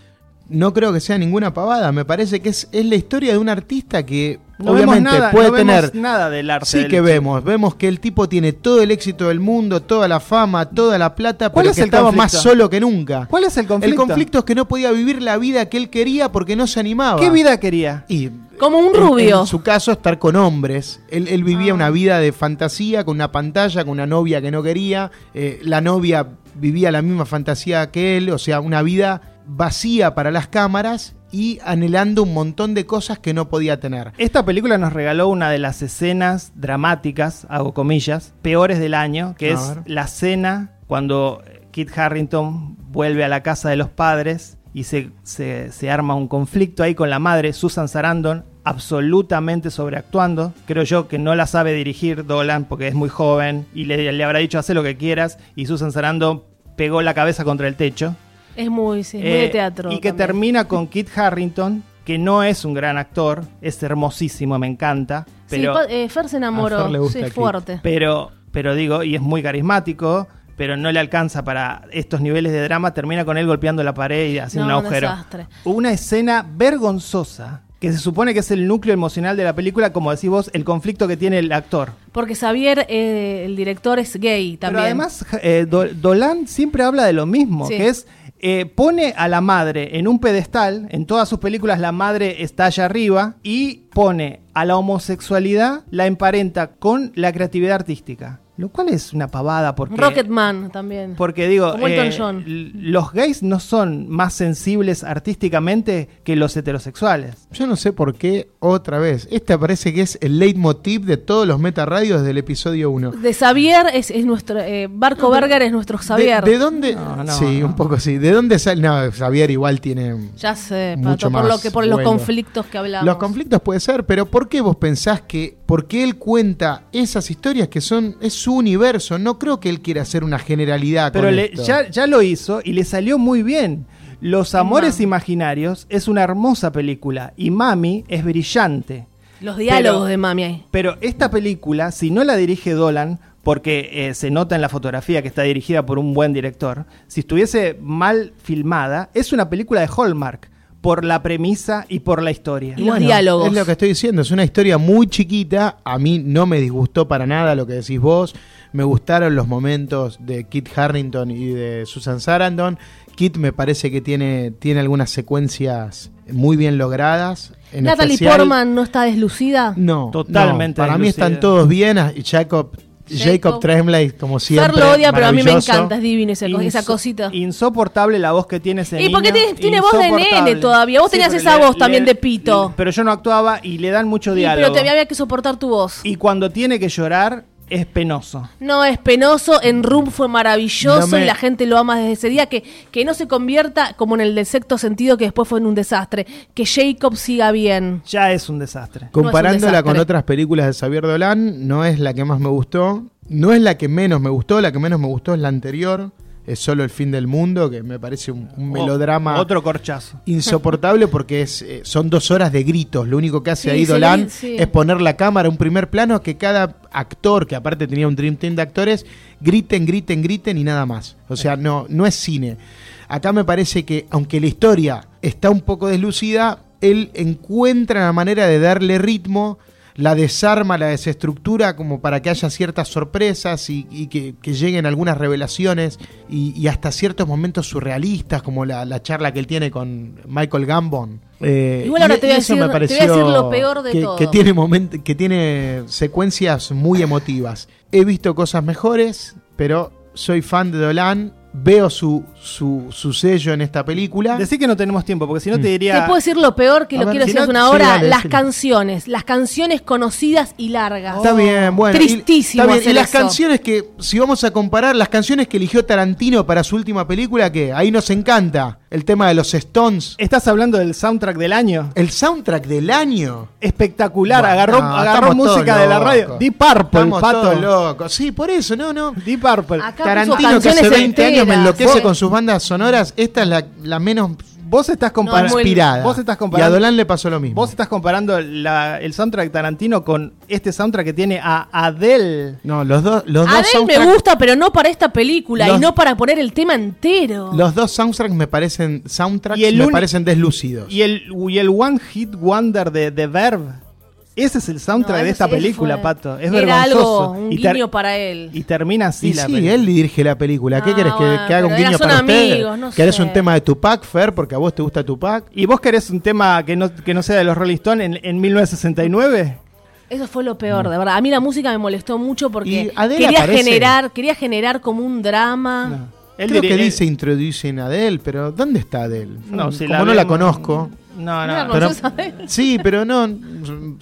B: no creo que sea ninguna pavada. Me parece que es, es la historia de un artista que
D: No
B: obviamente
D: vemos nada,
B: puede
D: no vemos
B: tener.
D: nada del arte.
B: Sí
D: del
B: que
D: chico.
B: vemos, vemos que el tipo tiene todo el éxito del mundo, toda la fama, toda la plata,
D: ¿Cuál
B: pero
D: es
B: que
D: el
B: estaba más
D: conflicto?
B: solo que nunca.
D: ¿Cuál es el conflicto?
B: El conflicto es que no podía vivir la vida que él quería porque no se animaba.
D: ¿Qué vida quería?
B: Y
C: Como un
B: en-
C: rubio. Ah.
B: En, su caso, estar con hombres. Él, él vivía una vida de fantasía, con una pantalla, con una novia que no quería. Eh, la novia vivía la misma fantasía que él, o sea, una vida vacía para las cámaras y anhelando un montón de cosas que no podía tener.
D: Esta película nos regaló una de las escenas dramáticas, hago comillas, peores del año, que
B: A
D: es
B: ver.
D: la cena cuando eh, Kit Harrington vuelve a la casa de los padres y se, se- se arma un conflicto ahí con la madre, Susan Sarandon, absolutamente sobreactuando. Creo yo que no la sabe dirigir Dolan porque es muy joven y le, le habrá dicho, hace lo que quieras, y Susan Sarandon pegó la cabeza contra el techo.
C: Es muy, sí, es muy
D: Eh,
C: de teatro.
D: Y que
C: también.
D: termina con Kit Harrington, que no es un gran actor, es hermosísimo, me encanta.
C: Sí,
D: Pero,
C: pa- eh,
B: A
C: Fer se
B: Fer le
C: enamoró.
B: gusta
C: Sí,
B: Kit.
C: fuerte.
D: pero, pero digo, y es muy carismático, pero no le alcanza para estos niveles de drama. Termina con él golpeando la pared y haciendo
C: No,
D: un
C: un
D: agujero.
C: desastre.
D: Una escena vergonzosa que se supone que es el núcleo emocional de la película, como decís vos, el conflicto que tiene el actor.
C: Porque Xavier, eh, el director, es gay también.
D: Pero además, eh, Do- Dolan siempre habla de lo mismo,
C: Sí.
D: que es eh, pone a la madre en un pedestal, en todas sus películas la madre está allá arriba, y pone a la homosexualidad, la emparenta con la creatividad artística. Lo cual es una pavada porque...
C: Rocketman también.
D: Porque digo,
C: Como Elton
D: eh,
C: John.
D: l- los gays no son más sensibles artísticamente que los heterosexuales.
B: Yo no sé por qué, otra vez. Este parece que es el leitmotiv de todos los metarradios del episodio 1.
C: De Xavier es, es nuestro. eh, Barco Berger es nuestro Xavier.
B: ¿De, de dónde?
D: No, no,
B: sí,
D: no.
B: un poco sí. ¿De dónde sale? No, Xavier igual tiene.
C: ya sé,
B: mucho
C: Pato, por, lo
B: más
C: que, por los
B: vuelo.
C: conflictos que hablamos.
B: Los conflictos puede ser, pero ¿por qué vos pensás que por qué él cuenta esas historias que son es su universo? No creo que él quiera hacer una generalidad
D: Pero
B: con
D: le-
B: esto.
D: ya, ya lo hizo y le salió muy bien. Los Amores Imaginarios es una hermosa película y Mami es brillante.
C: Los diálogos
D: Pero-
C: de mami ahí.
D: Pero esta película, si no la dirige Dolan, porque eh, se nota en la fotografía que está dirigida por un buen director, si estuviese mal filmada, es una película de Hallmark por la premisa y por la historia.
C: Y los diálogos.
B: Es lo que estoy diciendo, es una historia muy chiquita. A mí no me disgustó para nada lo que decís vos. Me gustaron los momentos de Kit Harrington y de Susan Sarandon. Kit me parece que tiene, tiene algunas secuencias muy bien logradas. En
C: Natalie
B: especial-
C: Portman no está deslucida.
B: No,
D: Totalmente
B: no. Para mí
D: deslucida.
B: están todos bien. A- Jacob, Jacob,
C: Jacob.
B: Tremblay, como siempre.
C: Fer lo odia, pero a mí me
B: maravilloso.
C: encanta. Es divino esa, co- esa
D: Inso-
C: cosita.
D: Insoportable la voz que tiene ese
C: ¿Y por qué
D: niño,
C: tiene- tiene voz de
D: insoportable.
C: nene todavía? Vos tenías
D: pero
C: esa voz también de pito.
D: le- pero yo no actuaba y le dan mucho
C: Sí,
D: diálogo.
C: pero te había que soportar tu voz.
D: Y cuando tiene que llorar, es penoso.
C: No, es penoso, en Room fue maravilloso
B: No me-
C: y la gente lo ama desde ese día, que, que no se convierta como en el del sexto sentido que después fue en un desastre, que Jacob siga bien.
D: Ya es un
C: No
D: desastre.
C: es un
B: Comparándola con
C: desastre.
B: otras películas de Xavier Dolan, no es la que más me gustó. No es la que menos me gustó. La que menos me gustó es la anterior. Es solo el fin del mundo, que me parece un, un melodrama
D: O- Oh, otro corchazo.
B: insoportable porque es, eh, son dos horas de gritos. Lo único que hace
C: Sí,
B: ahí
C: sí,
B: Dolan
C: sí.
B: es poner la cámara en un primer plano que cada actor, que aparte tenía un Dream Team de actores, griten, griten, griten y nada más. O sea, no, no es cine. Acá me parece que, aunque la historia está un poco deslucida, él encuentra la manera de darle ritmo. La desarma, la desestructura como para que haya ciertas sorpresas y, y que, que lleguen algunas revelaciones y, y hasta ciertos momentos surrealistas como la, la charla que él tiene con Michael Gambon. Eh,
C: Igual ahora
B: y-
C: te voy a
B: y eso
C: decir-
B: me
C: te voy a
B: pareció
C: decir lo peor de
B: que,
C: todo.
B: que tiene momen- que tiene secuencias muy emotivas. He visto cosas mejores, pero soy fan de Dolan veo su, su, su sello en esta película.
D: Decí que no tenemos tiempo, porque si
B: Mm.
D: no te
C: Te
D: diría.
C: puedo decir lo peor que
B: A
C: lo
B: ver,
C: quiero
B: si
C: decir
B: no-
C: hace una
B: sí,
C: hora,
B: dale,
C: las
B: decilo.
C: canciones, las canciones conocidas y largas.
D: Oh.
B: Está bien, bueno. y-
C: Tristísimo
B: está bien,
C: hacer
B: Y las
C: eso.
B: canciones que, si vamos a comparar, las canciones que eligió Tarantino para su última película, que ahí nos encanta. El tema de los Stones.
D: ¿Estás hablando del soundtrack del año?
B: El soundtrack del año.
D: Espectacular.
B: Bueno,
D: agarró
B: no,
D: agarró
B: estamos todos
D: música de la
B: locos.
D: radio. Deep Purple,
B: Estamos
D: pato.
B: todos locos. Sí, por eso, no, no.
D: Deep Purple.
C: Acá puso
B: Tarantino, que hace
C: canciones
B: 20 años me
C: enteras.
B: enloquece
C: Vos-
B: con sus bandas sonoras, esta es la, la menos
D: Vos
C: No,
D: estás
C: es
D: comparando.
C: muy-
B: pirada.
D: Vos estás
B: Y a
D: comparando.
B: Dolan le pasó lo mismo.
D: Vos estás comparando la- el soundtrack Tarantino con este soundtrack que tiene a Adele.
B: No, los, dos los dos
C: Adele me
B: soundtracks-
C: gusta, pero no para esta película
B: Los-
C: y no para poner el tema entero.
B: Los dos soundtracks me parecen soundtracks
D: Y el
B: me
D: uni-
B: parecen deslúcidos.
D: Y el, y el One Hit Wonder de The Verb. Ese es el soundtrack
C: No,
D: de
C: eso
D: esta
C: sí,
D: película,
C: fue-
D: Pato. Es
C: Era
D: vergonzoso.
C: algo, un
D: y, ter-
C: guiño para él.
D: y termina así
B: Y
D: la
B: sí,
D: película.
B: él dirige la película. ¿Qué
C: Ah,
B: querés? ¿Que-
C: bueno,
B: ¿Que, haga un
C: pero
B: guiño
C: son
B: para
C: amigos,
B: ustedes?
C: no
B: ¿Querés
C: sé.
B: un tema de Tupac, Fer? Porque a vos te gusta Tupac.
D: ¿Y vos querés un tema que no, que no sea de los Rolling Stones en, en 1969?
C: Eso fue lo peor, de verdad. A mí la música me molestó mucho
B: Y
C: porque
B: Adele
C: quería
B: aparece.
C: generar, quería generar como un drama.
D: Él
B: Creo que
D: diri-
B: dice
D: él-
B: introducen a Adele, pero ¿dónde está Adele?
D: No, si
B: Como no la
D: vemos-
B: conozco.
D: No,
C: No la
D: no.
C: conozco.
B: Pero-
C: ¿Sos Adele?
B: sí, pero no.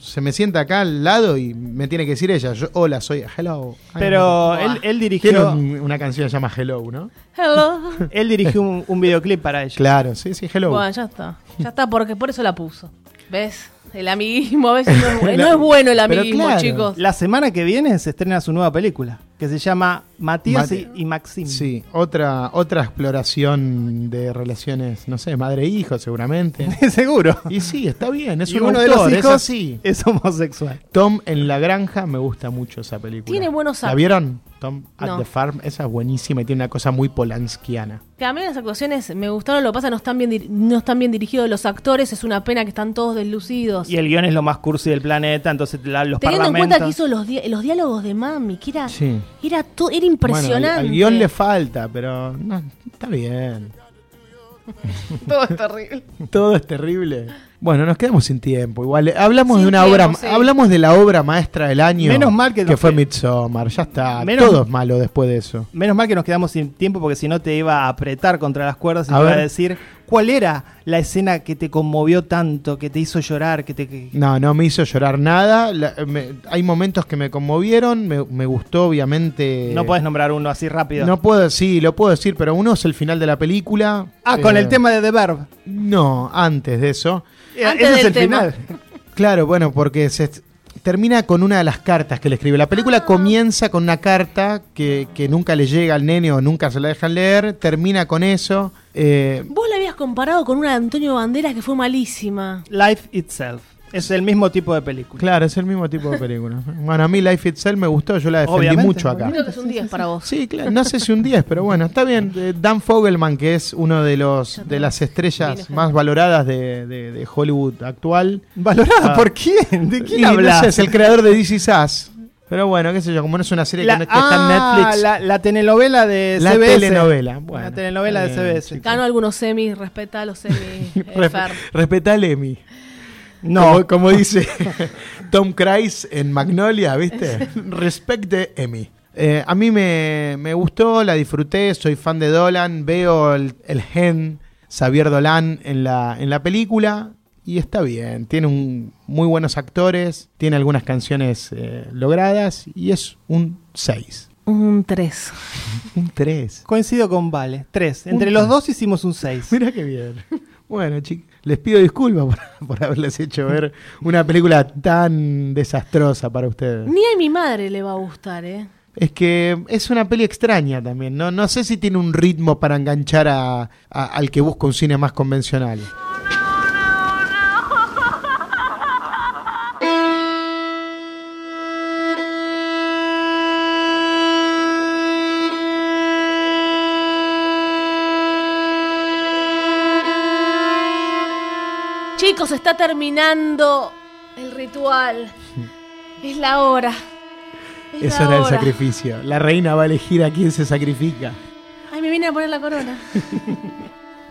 B: Se me sienta acá al lado y me tiene que decir ella. Yo, hola, soy Hello. Ay, no.
D: Pero él, él
B: Tiene
D: dirigió,
B: un- *laughs* una canción que se llama Hello, ¿no? *laughs*
C: Hello.
D: él dirigió un, un videoclip para ella.
B: Claro, sí, sí, Hello.
C: Bueno, ya está. Ya está, porque por eso la puso. ¿Ves? El amiguismo a veces no es
B: *laughs*
C: bueno, no es bueno el
B: Pero
C: amiguismo,
B: claro.
C: chicos.
D: La semana que viene se estrena su nueva película, que se llama Matías
B: Mati-
D: y, y Maxim.
B: Sí, otra, otra exploración de relaciones, no sé, madre-hijo *laughs* seguramente.
D: *laughs* Seguro.
B: Y sí, está bien, es
D: y
B: un
D: uno
B: autor,
D: de los
B: es
D: hijos
B: así.
D: es homosexual.
B: Tom en la granja, me gusta mucho esa película.
C: Tiene buenos
B: ¿La
C: act-
B: vieron? Tom at
C: No.
B: the Farm, esa es buenísima y tiene una cosa muy polanskiana.
C: Que a mí las actuaciones me gustaron, lo que pasa no están bien dir- no están bien dirigidos los actores, es una pena que están todos deslucidos.
D: Y el guión es lo más cursi del planeta, entonces la- los
C: Teniendo en
D: parlamentos.
C: cuenta que hizo los, di- los diálogos de Mami, que era,
B: Sí.
C: era, to- era impresionante.
B: Bueno, al- al, guión le falta, pero no, está bien.
C: *laughs* Todo es terrible.
B: *laughs* Todo es terrible. Bueno, nos quedamos sin tiempo. Igual eh, hablamos
C: Sin
B: de una
C: tiempo,
B: obra,
C: sí.
B: hablamos de la obra maestra del año.
D: Menos mal que nos
B: fue
D: qued-
B: Midsommar. Ya está.
D: Menos-
B: Todo es malo después de eso.
D: Menos mal que nos quedamos sin tiempo porque si no te iba a apretar contra las cuerdas y
B: A
D: te iba a
B: ver.
D: decir cuál era la escena que te conmovió tanto, que te hizo llorar, que te... que-
B: No, no me hizo llorar nada. La- me- hay momentos que me conmovieron. Me, me gustó, obviamente.
D: No podés nombrar uno así rápido.
B: Eh, No puedo, sí, lo puedo decir, pero uno es el final de la película.
D: ah,
B: Eh,
D: con el tema de The Verb.
B: No, antes de eso.
D: Eh,
C: Antes
D: Ese es
C: del
D: el
C: tema.
D: final.
B: Claro, bueno, porque se est- termina con una de las cartas que le escribe. La película
D: Ah.
B: comienza con una carta que, que nunca le llega al nene o nunca se la dejan leer. Termina con eso. Eh,
C: Vos la habías comparado con una de Antonio Banderas que fue malísima.
D: Life Itself. Es el mismo tipo de película.
B: claro, es el mismo tipo de
D: *laughs*
B: película. Bueno, a mí Life Itself me gustó, yo la defendí
D: Obviamente,
B: mucho acá.
C: Creo que es un 10 para vos.
B: Sí, claro, no sé si un 10, pero bueno, está bien. Eh, Dan Fogelman, que es uno de los de las estrellas más valoradas de, de- de Hollywood actual.
D: ¿Valorada
B: Ah.
D: por quién? ¿De quién
B: Y no
D: hablas?
B: sé, es el creador de DC Sass. Pero bueno, qué sé yo, como no es una serie
D: la, Ah,
B: que, no- que está en Netflix.
D: La, la telenovela de
B: La
D: CBS.
B: telenovela, bueno.
D: la telenovela de
B: Eh,
D: CBS.
B: sí.
C: Ganó algunos semis, respeta a
B: *laughs*
C: los semis. eh,
B: Res-
C: Fer.
B: respetá al Emmy.
D: No.
B: Como, como *laughs* dice Tom Cruise en Magnolia, ¿viste? Respecte Emmy. Eh, a mí me, me gustó, la disfruté, soy fan de Dolan, veo el, el gen Xavier Dolan en la, en la película y está bien, tiene un- muy buenos actores, tiene algunas canciones eh, logradas y es un 6,
C: Un 3.
B: un 3.
D: Coincido con Vale. Tres. Entre
B: Un
D: los
B: tres.
D: dos hicimos
B: *laughs*
D: un seis.
B: Mira qué bien. Bueno, chicos, les pido disculpas por, *laughs* por haberles hecho ver una película tan desastrosa para ustedes.
C: Ni a mi madre le va a gustar, ¿eh?
B: Es que es una peli extraña también, ¿no? No sé si tiene un ritmo para enganchar a, a- al que busca un cine más convencional.
C: Chicos, está terminando el ritual. Es la hora. Es
B: Eso
C: la
B: era el
C: hora.
B: sacrificio. La reina va a elegir a quién se sacrifica.
C: Ay, me viene a poner la corona.
B: ¿Se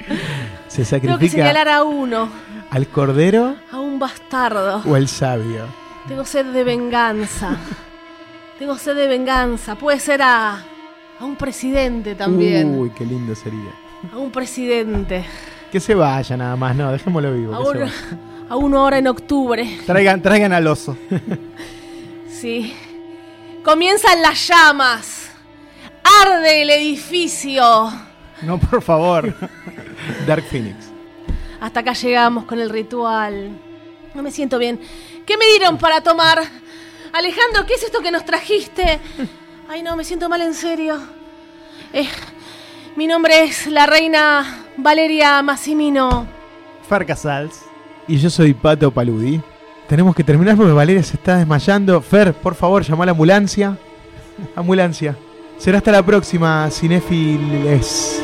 C: Tengo que
B: sacrifica
C: señalar a uno,
B: al cordero
C: a un bastardo.
B: o al sabio?
C: Tengo sed de venganza. Tengo sed de venganza. Puede ser a, A un presidente también.
B: Uy, qué lindo sería.
C: A un presidente.
B: Que se vaya nada más, no, dejémoslo vivo.
C: A,
B: que se
C: un-
B: vaya.
C: *laughs* a uno ahora en octubre.
D: Traigan, traigan al oso.
C: Sí. Comienzan las llamas. Arde el edificio.
D: No,
C: *laughs*
D: por favor.
B: Dark Phoenix.
C: Hasta acá llegamos con el ritual. No me siento bien. ¿Qué me dieron para tomar? Alejandro, ¿qué es esto que nos trajiste? Ay, no, me siento mal en serio. Eh, mi nombre es la reina Valeria Massimino.
D: Farca Sals.
B: Y yo soy Pato Paludi. Tenemos que terminar porque Valeria se está desmayando. Fer, por favor, llama a la ambulancia. *laughs* Ambulancia. Será hasta la próxima, cinéfiles.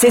E: Se